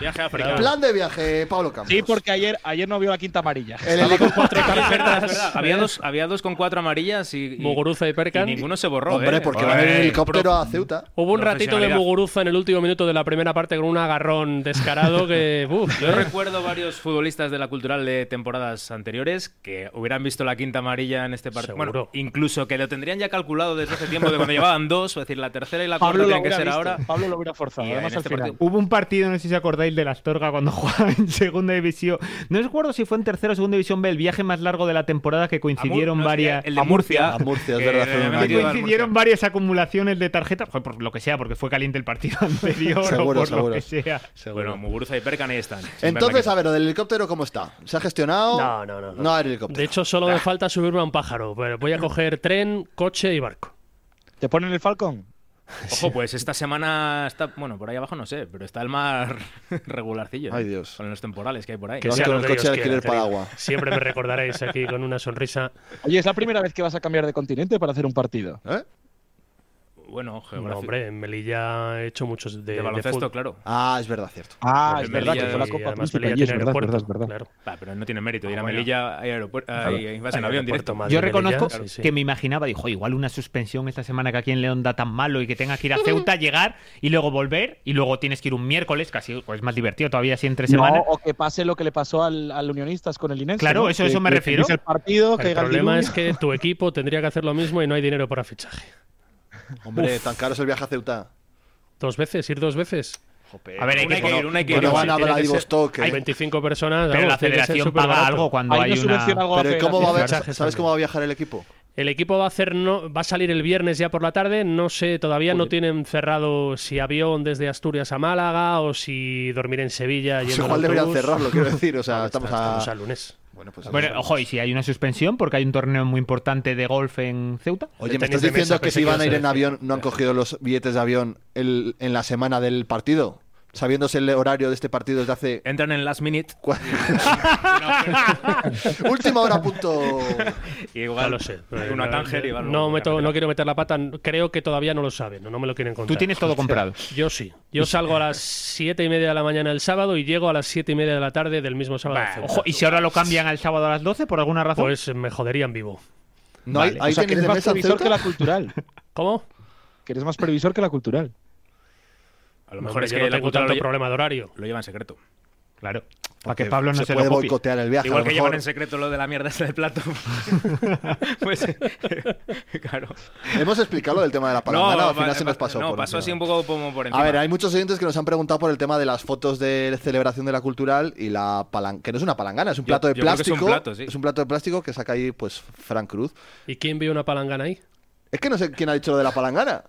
Viaje a África. Plan de viaje, Pablo Campos. Sí, porque ayer, ayer no vio la quinta amarilla. El helicóptero- Es verdad, es verdad. Había dos, había dos con cuatro amarillas y, y- Muguruza y Perkan. y ninguno se borró. Hombre, ¿eh? porque va a venir el helicóptero a Ceuta. Hubo un ratito de Profesionalidad. Muguruza en el último minuto de la primera parte con un agarrón descarado que. ¿eh? uf, Yo recuerdo varios futbolistas de la cultural de temporadas anteriores que hubieran visto la quinta amarilla en este partido. Seguro. Bueno, incluso que lo tendrían ya calculado desde hace tiempo de cuando llevaban dos, es decir, la tercera y la cuarta Pablo lo, tienen que hubiera ser visto, ahora. Pablo lo hubiera forzado. Y Además, en al este final. partido- Hubo un partido, no sé si acordáis, de la Astorga cuando <laughs> jugaba en segunda división. No recuerdo si fue en tercera o segunda división B, el viaje más largo de la temporada que coincidieron no, varias. El de Murcia. Eh, A Murcia, es que verdad, le hace un habían año. que metido al coincidieron Murcia. varias acumulaciones de tarjetas, joder, por lo que sea, porque fue caliente el partido <laughs> anterior Seguro, o por seguro. lo que sea. Bueno, Muguruza y Perkan ahí están. sin Entonces, a verla ver, lo del helicóptero, ¿cómo está? ¿Se ha gestionado? No, no, no, no. No hay helicóptero. De hecho, solo me falta subirme a un pájaro. Pero voy a coger tren, coche y barco. ¿Te ponen el Falcon? aquí. Ojo, pues esta semana está, bueno, por ahí abajo no sé, pero está el mar <laughs> regularcillo. ¿eh? Ay, Dios. Con los temporales que hay por ahí. Que Vas sea con lo el que coche Dios de alquiler quiera, para querido. agua. Siempre me recordaréis aquí con una sonrisa. Oye, es la primera vez que vas a cambiar de continente para hacer un partido. ¿Eh? Bueno, No, geografía. hombre, en Melilla he hecho muchos de, de, de baloncesto, fútbol. claro. Ah, es verdad, cierto. Ah, Porque es verdad que Melilla- fue la Y Copa además Príncipe. Melilla allí, Es tiene verdad, es aeropuerto, verdad, es verdad. claro. Ah, pero no tiene mérito. Ir a Melilla hay aeropuerto. Ahí vas en Hay avión aeropuerto, directo. madre. Yo de Melilla, reconozco sí, sí. que me imaginaba, dijo, igual una suspensión esta semana que aquí en León da tan malo y que tenga que ir a Ceuta, llegar y luego volver y luego tienes que ir un miércoles, casi pues más divertido todavía así entre semana. No, o que pase lo que le pasó al, al Unionistas con el Inés. Claro, ¿no? eso- Que- eso me que refiero. empiece El partido, El caiga el problema es diluvio. que tu equipo tendría que hacer lo mismo y no hay dinero para fichaje. Hombre, tan caro es el viaje a Ceuta. ¿Dos veces? ¿Ir dos veces? A ver, hay Una que, hay que ir, una hay que Que ir. no Sí, van a tiene que ser- Vladivostok. Hay ¿eh? 25 personas. Pero la vamos, tiene que ser federación superbarato. paga algo cuando Ahí hay no una... subvenciona algo a la Pero ¿y ¿cómo va a federación. ver, Fichajes ¿sabes cómo va a viajar el equipo? El equipo va a hacer no, va a salir el viernes ya por la tarde. No sé, todavía no tienen cerrado si avión desde Asturias a Málaga o si dormir en Sevilla. Pues yendo en igual deberían autobús. cerrarlo, quiero decir. O sea, Ahora está, estamos estamos a. al lunes. Bueno, pues Bueno, ojo, y si hay una suspensión, porque hay un torneo muy importante de golf en Ceuta. Oye, ¿me tenis estás de diciendo mesa, que pensé si que van a ibas ir a en avión no han cogido los billetes de avión el- en la semana del partido? Sabiéndose el horario de este partido desde <laughs> hace. Entran en last minute. cua- <laughs> Última hora, punto. Y igual Ya lo sé. hay uno a Tánger y van no, luego meto- a no quiero meter la pata. Creo que todavía no lo saben. No, no me lo quieren contar. Tú tienes <laughs> todo comprado. <laughs> Yo sí. Yo salgo a las siete y media de la mañana el sábado y llego a las siete y media de la tarde del mismo sábado. a Ceuta. Ojo, y si ahora lo cambian al sábado a las 12 por alguna razón. Pues me joderían vivo. No Vale, hay, hay o sea, que tenis eres de más mesa en previsor que Ceuta? la cultural. <laughs> ¿Cómo? Que eres más previsor que la cultural. A lo mejor Hombre, es yo que no la tengo cultura tanto lo, lle- problema de horario. lo lleva en secreto. claro. Para que Pablo no se, se lo puede copie. boicotear el viaje. Igual a lo que mejor. llevan en secreto lo de la mierda esa de plato. <laughs> pues, <laughs> claro. Hemos explicado lo del tema de la palangana, al final va- se nos pasó. No, por pasó encima. así un poco como por encima. A ver, hay muchos oyentes que nos han preguntado por el tema de las fotos de celebración de la cultural y la palangana, que no es una palangana, es un Yo- plato de yo creo que plástico. es un plato, sí. es un plato de plástico que saca ahí, pues, Fran Cruz. ¿Y quién vio una palangana ahí? Es que no sé quién ha dicho lo de la palangana.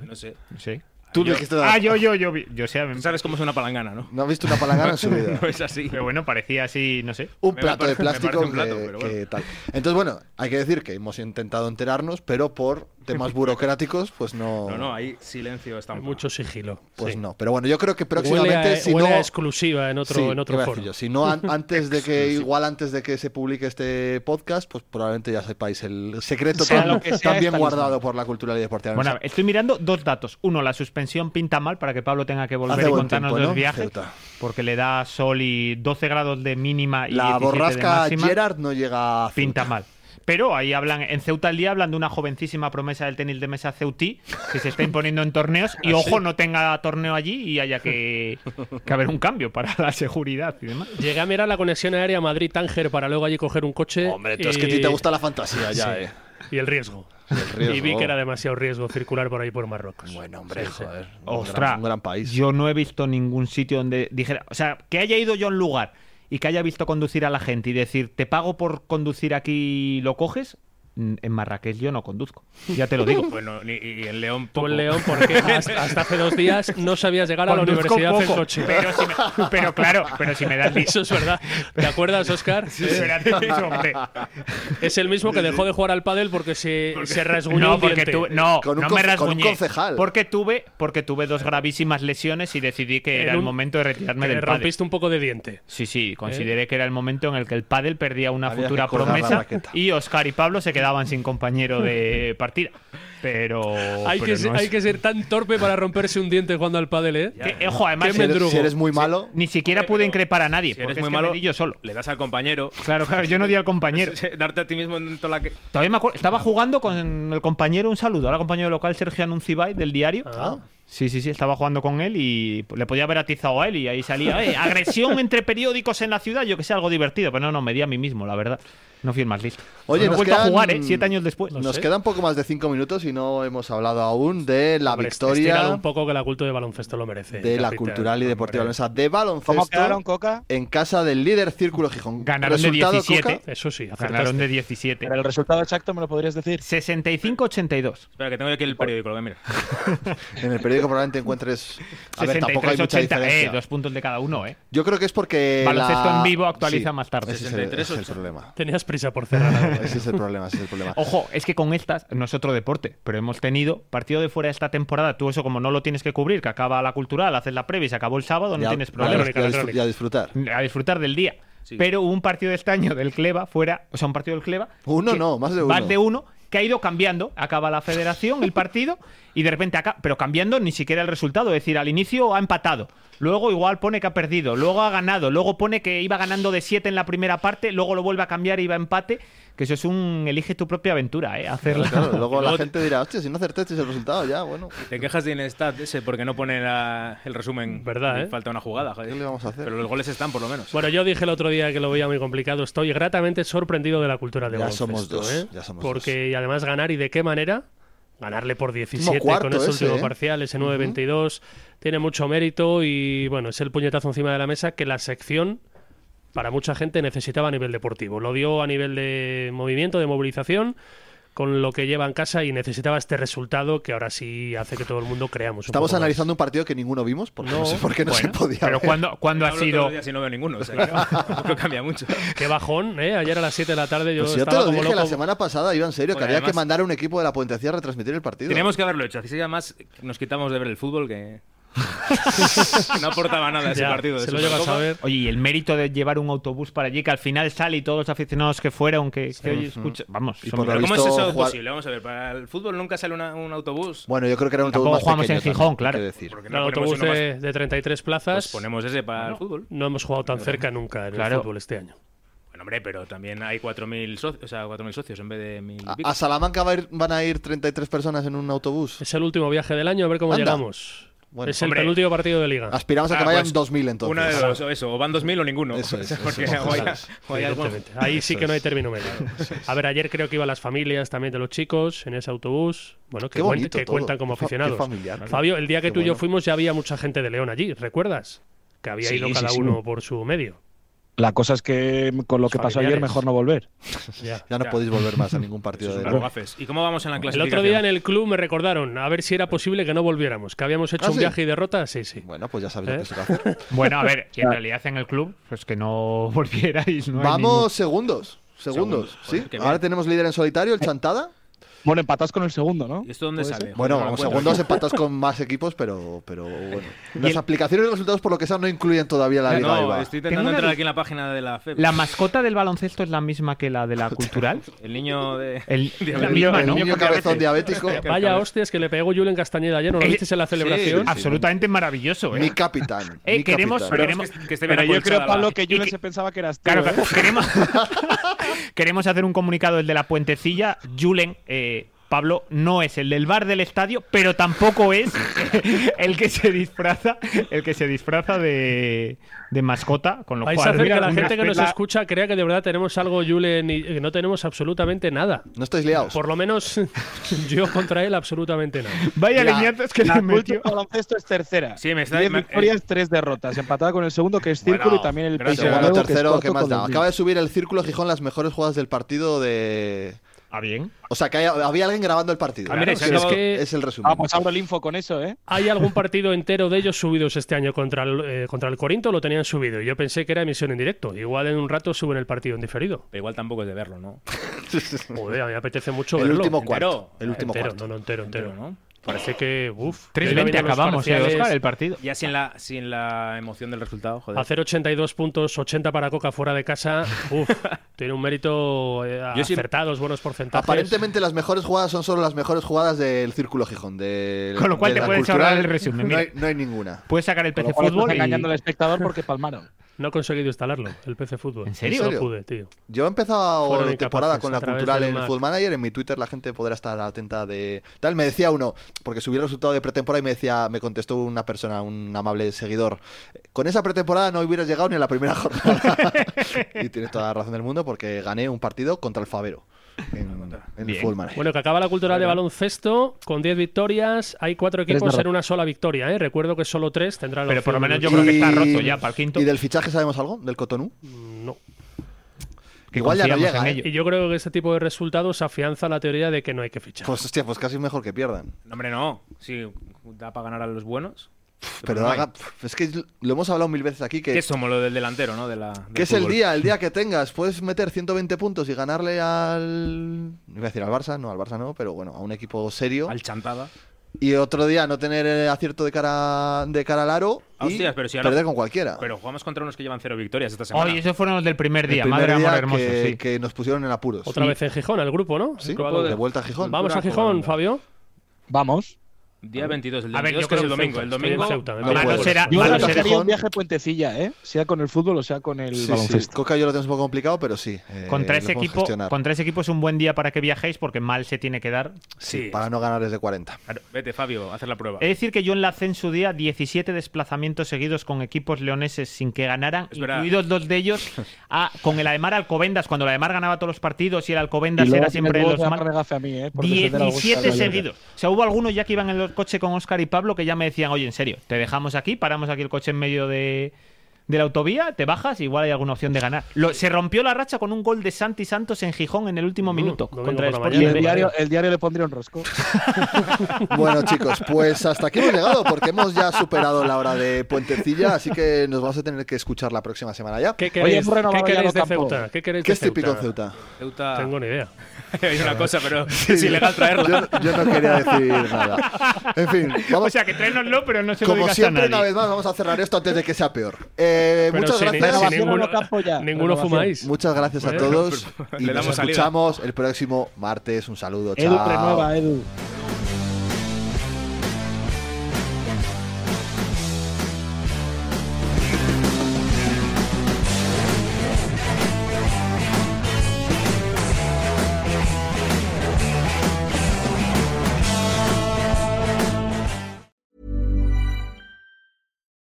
No sé. Sí. Tú Yo- dijiste- Ah, yo, yo, yo. vi- Yo sé. Tú sabes cómo es una palangana, ¿no? No has visto una palangana en <laughs> su vida. No es así. Pero bueno, parecía así, no sé. Un Me plato parece- me de plástico parece un plato, que- pero que bueno. tal. Entonces, bueno, hay que decir que hemos intentado enterarnos, pero por temas burocráticos, pues no. <laughs> No, no, hay silencio estampa. Mucho sigilo. Pues Sí. no. Pero bueno, yo creo que Huele a, eh, próximamente, si huele a no. exclusiva en otro, Sí, en otro iba a decir foro. yo, Si no, <laughs> an- antes de que, igual antes de que se publique este podcast, pues probablemente ya sepáis el <laughs> secreto Sea tan, lo que sea, tan bien está guardado por la cultura y deportiva. Bueno, a Nos ver, estoy mirando dos datos. Uno, la suspensión pinta mal para que Pablo tenga que volver Hace y buen contarnos tiempo, los ¿no? viajes. Ceuta. Porque le da sol y 12 grados de mínima y la 17 de borrasca máxima. Gerard no llega a Pinta mal. Pero ahí hablan, en Ceuta al día hablan de una jovencísima promesa del tenis de mesa ceutí que se está imponiendo en torneos <laughs> Ah, y ojo no tenga torneo allí y haya que, que haber un cambio para la seguridad y demás. Llegué a mirar la conexión aérea Madrid-Tánger para luego allí coger un coche. <laughs> Hombre, tú y- es que a ti te gusta la fantasía ya, Sí. eh. Y el riesgo. riesgo. Y vi que era demasiado riesgo circular por ahí por Marruecos. Bueno, hombre, Sí, sí. joder. un gran- Ostras, un gran país. yo no he visto ningún sitio donde dijera, o sea, que haya ido yo a un lugar y que haya visto conducir a la gente y decir, te pago por conducir aquí y lo coges, mm, en Marrakech yo no conduzco, ya te <laughs> lo digo. Bueno, pues ni- y, y en León Tú poco. en León, <laughs> porque hasta, hasta hace dos días no sabías llegar a la Conduzco universidad en poco, coche. Pero, si me- pero claro, pero si <laughs> me das li- Eso es verdad. ¿Te acuerdas, Oscar? si me das licencia, hombre. Es el mismo que dejó de jugar al pádel porque se, se rasguñó No, un porque diente. tuve, no, Con un no me conce- rasguñé. con un concejal. Porque tuve, porque tuve dos gravísimas lesiones y decidí que En era el un- momento de retirarme Que le del pádel. rompiste un poco de diente. Sí, sí, consideré que era el momento en el que el pádel perdía una Había que futura colgar la promesa raqueta. y Oscar y Pablo se quedaban sin compañero de partida. Pero hay, Oh, pero que, ser- no es- hay que ser tan torpe para romperse un diente jugando al pádel, ¿eh? que- ojo, además si, eres, mendrugo. si eres muy malo, ni siquiera pude increpar a nadie, Si porque eres es muy que me malo, di yo solo. le das al compañero. <laughs> Claro, claro, yo no di al compañero. Darte a ti mismo en toda la que. Todavía me acuerdo, estaba jugando con el compañero, un saludo, ahora compañero local Sergio Anuncibay del diario. Ah, Sí, sí, sí, estaba jugando con él y Pues le podía haber atizado a él y ahí salía, "Eh, <laughs> agresión entre periódicos en la ciudad, yo que sé, algo divertido, pero no, no, me di a mí mismo, la verdad. No fui el más listo. Oye, no he nos vuelto quedan- a jugar, ¿eh? Siete años después. nos quedan poco más de cinco minutos y no hemos hablado aún de la Hombre, estirado victoria un poco que la cultura de baloncesto lo merece. de la Capitán. cultural y deportiva Hombre, leonesa de ¿Cómo baloncesto quedaron, Coca? en casa del líder Círculo Gijón. Ganaron de Resultado, 17. Coca, Eso sí, Ganaron acertaste. de 17. Para el resultado exacto me lo podrías decir. 65-82. Espera, que tengo aquí el periódico, lo voy a mirar. en el periódico probablemente encuentres... A ver, tampoco hay mucha 63-80. Eh, diferencia. dos puntos de cada uno, ¿eh? Yo creo que es porque. Baloncesto la- en vivo actualiza más tarde. Ese es, el, ese es el problema. Tenías prisa por cerrar. <laughs> algo. Ese es el problema, ese es el problema. Ojo, es que con estas no es otro deporte, pero hemos tenido partido de fuera esta temporada. Tú eso como no lo tienes que cubrir, que acaba la cultural, haces la previa y se acabó el sábado, no Ya- tienes ya problema. dis- ya disfr- ya disfrutar. A disfrutar del día. Pero hubo un partido de este año del Cleva fuera, o sea, un partido del Cleva. Uno que- no, más de uno. Más de uno que ha ido cambiando, acaba la federación, el partido, y de repente acá, pero cambiando ni siquiera el resultado, es decir, al inicio ha empatado, luego igual pone que ha perdido, luego ha ganado, luego pone que iba ganando de 7 en la primera parte, luego lo vuelve a cambiar y va a empate, que eso es un elige tu propia aventura, ¿eh? Hacerla. Claro, luego la gente dirá, hostia, si no acertasteis el resultado, ya, <laughs> bueno. Te quejas de Inestat ese porque no pone la- el resumen. Verdad, Y ¿eh? Falta una jugada, joder. ¿Qué le vamos a hacer? Pero los goles están, por lo menos. Bueno, yo dije el otro día que lo veía muy complicado. Estoy gratamente sorprendido de la cultura de Ya baloncesto, somos dos, ¿eh? ya somos Porque y además ganar y de qué manera. Ganarle por 17 cuarto con ese ese, último ¿eh? parcial, ese 9-22, tiene mucho mérito y bueno, es el puñetazo encima de la mesa que la sección para mucha gente necesitaba a nivel deportivo. Lo dio a nivel de movimiento, de movilización, con lo que lleva en casa y necesitaba este resultado que ahora sí hace que todo el mundo creamos. un Estamos poco más. analizando un partido que ninguno vimos, porque no, sé por qué no Bueno, se podía Pero ver. cuando, cuando ha Hablo todos sido. los días y no veo ninguno, o sea, que no, tampoco <laughs> cambia mucho. Qué bajón, ¿eh? Ayer a las 7 de la tarde yo Pues yo te estaba lo como dije loco. la semana pasada, iba en serio, que Bueno, había que además- mandar a un equipo de la Puentecía a retransmitir el partido. Teníamos que haberlo hecho, así ya más nos quitamos de ver el <laughs> fútbol que no aportaba nada ese Ya, partido. de se lo llega a Supercopa. saber. Oye, y el mérito de llevar un autobús para allí, que al final sale y todos los aficionados que fueron, que, que hoy escucha- Vamos, Y son- por lo Pero ¿cómo es visto, eso jugar- posible? Vamos a ver, para el fútbol nunca sale una- un autobús. Bueno, yo creo que era un Tampoco autobús más jugamos pequeño en Gijón, también, claro. quiero decir. Porque El no ponemos autobús uno más- de, de 33 plazas. pues ponemos ese para el fútbol. No hemos jugado tan cerca nunca en Claro. el fútbol este año. Bueno, hombre, pero también hay 4.000 socios, o sea, 4.000 socios en vez de 1.000 y pico. A, a Salamanca va a ir- van a ir 33 personas en un autobús. Es el último viaje del año, a ver cómo Anda. llegamos. Bueno, es el hombre. penúltimo partido de liga. Aspiramos a que Ah, vayan pues, 2.000 entonces. Una de dos, o eso, o van 2.000 o ninguno. Eso es, eso <laughs> Porque es. o hay- <laughs> o hay algún- Evidentemente. Ahí sí que no hay término medio. A ver, ayer creo que iban las familias también de los chicos en ese autobús. Bueno, que, Qué cuen- bonito que todo. cuentan como Qué fa- qué aficionados. familiar, ¿no? Fabio, el día que Qué tú y yo bueno. fuimos ya había mucha gente de León allí, ¿recuerdas? Que había Sí, ido sí, cada sí. uno por su medio. La cosa es que con lo que pasó ayer, Familiares. mejor no volver. Ya. Ya no Ya. podéis volver más a ningún partido Son de unas gafes. ¿Y cómo vamos en la El clasificación? otro día en el club me recordaron a ver si era posible que no volviéramos, que habíamos hecho ¿Ah, un sí? viaje y derrota, sí, sí. Bueno, pues ya sabéis ¿Eh? lo que se va a hacer. Bueno, a <laughs> ver, en realidad en el club, pues que no <laughs> volvierais. No hay Vamos segundos. Segundos, Segundos, ¿sí? joder, qué bien. Ahora tenemos líder en solitario, el Chantada. Bueno, empatás con el segundo, ¿no? ¿Y esto dónde ¿Puede sale? ser? Joder, Bueno, no lo vamos, encuentro. segundos empatados con más equipos, pero, pero bueno. Las aplicaciones y resultados, por lo que sea, no incluyen todavía la Liga No, EVA. estoy Tengo intentando una entrar duda. aquí en la página de la FEP. ningún- La mascota del baloncesto es la misma que la de la <laughs> cultural. El niño <laughs> de... El, Diabético. la misma, El ¿no? niño cabezón diabético, Vaya hostias que le pegó Julen Castañeda ayer, ¿no lo Eh, visteis en la celebración? sí. Absolutamente maravilloso, ¿eh? mi capitán. Eh, mi queremos- capitán. pero- Queremos que, que esté bien Pero yo creo, acolchada la- Pablo, que Y yo que- se pensaba que eras tú. Claro, ¿eh? claro, queremos, queremos hacer un comunicado el de la puentecilla. Julen, eh, Pablo, no es el del bar del estadio, pero tampoco es el que se disfraza, el que se disfraza de, de mascota, con lo Vais a cual. hacer mira, que la un gente que nos respeto- escucha crea que de verdad tenemos algo, Julen, y que no tenemos absolutamente nada. No estáis liados. Por lo menos <laughs> yo contra él absolutamente nada. <laughs> Vaya La- leñazos que La le cultura metió. del baloncesto es tercera. Sí, me está- Diez me- victorias, tres derrotas. Empatada con el segundo, que es Bueno, Círculo, y también el gracias. Peixe Segundo, Gallego, que es tercero, cuarto ¿qué más con da? dos Acaba de mil. subir el Círculo Gijón las mejores jugadas del partido de... Ah, bien. O sea, que hay- había alguien grabando el partido. Ah, mira, es, se acabó- que es el resumen. Ah, pues abro el info con eso, ¿eh? Hay algún partido entero de ellos subidos este año contra el, eh, contra el Corinto, lo tenían subido. y Yo pensé que era emisión en directo. Igual en un rato suben el partido en diferido. Pero igual tampoco es de verlo, ¿no? Joder, a mí me apetece mucho el verlo. último entero. cuarto. El último entero, cuarto. no, no, entero, entero. Pero, ¿no? Parece que, uff. 3-20 acabamos, eh, Oscar, el partido. Ya sin la, sin la emoción del resultado, joder. Hacer 82 puntos, 80 para Coca fuera de <laughs> casa, uf, tiene un mérito eh, Yo sí- acertados, buenos porcentajes. Aparentemente las mejores jugadas son solo las mejores jugadas del Círculo Gijón. del- Con lo cual de te la puedes cultural, ahorrar el resumen, No mira. hay, no hay ninguna. Puedes sacar el Con PC lo cual estás fútbol. y- engañando al espectador <laughs> porque palmaron. No he conseguido instalarlo, el PC Fútbol. ¿En serio? ¿En No serio? pude, tío. Yo he empezado Fueron la temporada incapaces con a la través cultural del en el Mac. Football Manager. En mi Twitter la gente podrá estar atenta de tal. Me decía uno, porque subí el resultado de pretemporada y me decía, me contestó una persona, un amable seguidor, con esa pretemporada no hubieras llegado ni a la primera <laughs> jornada. y tienes toda la razón del mundo porque gané un partido contra el Favero en, en el Bien. Football Manager. Bueno, que acaba la cultural de baloncesto con 10 victorias. Hay cuatro equipos en derrotas. una sola victoria, ¿eh? Recuerdo que solo tres tendrán la Pero por lo opción- menos yo creo que está roto ya para el quinto. ¿Y del fichaje sabemos algo? ¿Del Cotonú? No. que igual ya no confiamos llega, en ¿eh? ello. Y yo creo que este tipo de resultados afianza la teoría de que no hay que fichar. Pues hostia, pues casi mejor que pierdan. No, hombre, no. Sí, da para ganar a los buenos. Pero no hay. haga- es que lo hemos hablado mil veces aquí que, ¿Qué somos lo del delantero, no? De la, del que es el fútbol. día, el <laughs> día que tengas. Puedes meter 120 puntos y ganarle al... Iba a decir al Barça, no, al Barça no, pero bueno, a un equipo serio. Al chantada. Y otro día no tener eh, acierto de cara, de cara al aro Ah, y hostias, pero si ahora- perder con cualquiera. Pero jugamos contra unos que llevan cero victorias esta semana. Oye, esos fueron los del primer El día, primer madre de amor día hermoso, que, sí. que nos pusieron en apuros. Otra vez en Gijón, el grupo, ¿no? Sí, El grupo de vuelta a Gijón. Vamos a Gijón, Fabio. Vamos. Día 22, el A día ver, 22 yo que es el creo domingo. que Ceuta, El estoy en domingo. Ceuta, me no parece. Malo puedo. será, Yo Vale, malo no te será- atajaría Gijón. un viaje puentecilla, ¿eh? Sea con el fútbol o sea con el Sí, sí, baloncesto. Coca yo lo tenemos un poco complicado, pero sí. eh, Contra lo ese, podemos equipo, gestionar. contra ese equipo es un buen día para que viajéis porque mal se tiene que dar. Sí. Para no ganar desde 40. Claro, Vete, Fabio, a hacer la prueba. Es decir, que yo enlacé en su día 17 desplazamientos seguidos con equipos leoneses sin que ganaran, Es verdad. incluidos dos de ellos a- con el Ademar Alcobendas, cuando el Ademar ganaba todos los partidos y el Y Alcobendas luego era tienes siempre huevos los de malos. darme gafe a mí, ¿eh? Por defender algo que 17 está bien. seguidos. O sea, hubo algunos ya que iban en el coche con Oscar y Pablo que ya me decían, oye, en serio, te dejamos aquí, paramos aquí el coche en medio de, de la autovía, te bajas, igual hay alguna opción de ganar. Lo- se rompió la racha con un gol de Santi Santos en Gijón en el último minuto domingo contra el Mm, por la Sporting mañana. de- El diario, el diario le pondría <laughs> un rosco. Bueno, chicos, pues hasta aquí hemos llegado porque hemos ya superado la hora de puentecilla, así que nos vamos a tener que escuchar la próxima semana ya. ¿Qué queréis, hemos renovado ¿qué ya queréis los de campos. Ceuta? ¿Qué queréis ¿Qué de es típico en Ceuta? Ceuta. Tengo ni idea. <laughs> Hay una cosa, pero es ilegal traerla. Yo, yo no quería decir nada. En fin, vamos. O sea, que trénoslo, pero no se lo como digas siempre, a nadie. una vez más, vamos a cerrar esto antes de que sea peor. Eh, Pero muchas sin- gracias. sin Renovación ninguno, en Ocampo ya. ninguno Renovación. fumáis. Muchas gracias a Bueno, todos. pero- Y le nos damos salida. escuchamos el próximo martes. Un saludo. Edu chao. renueva, Edu.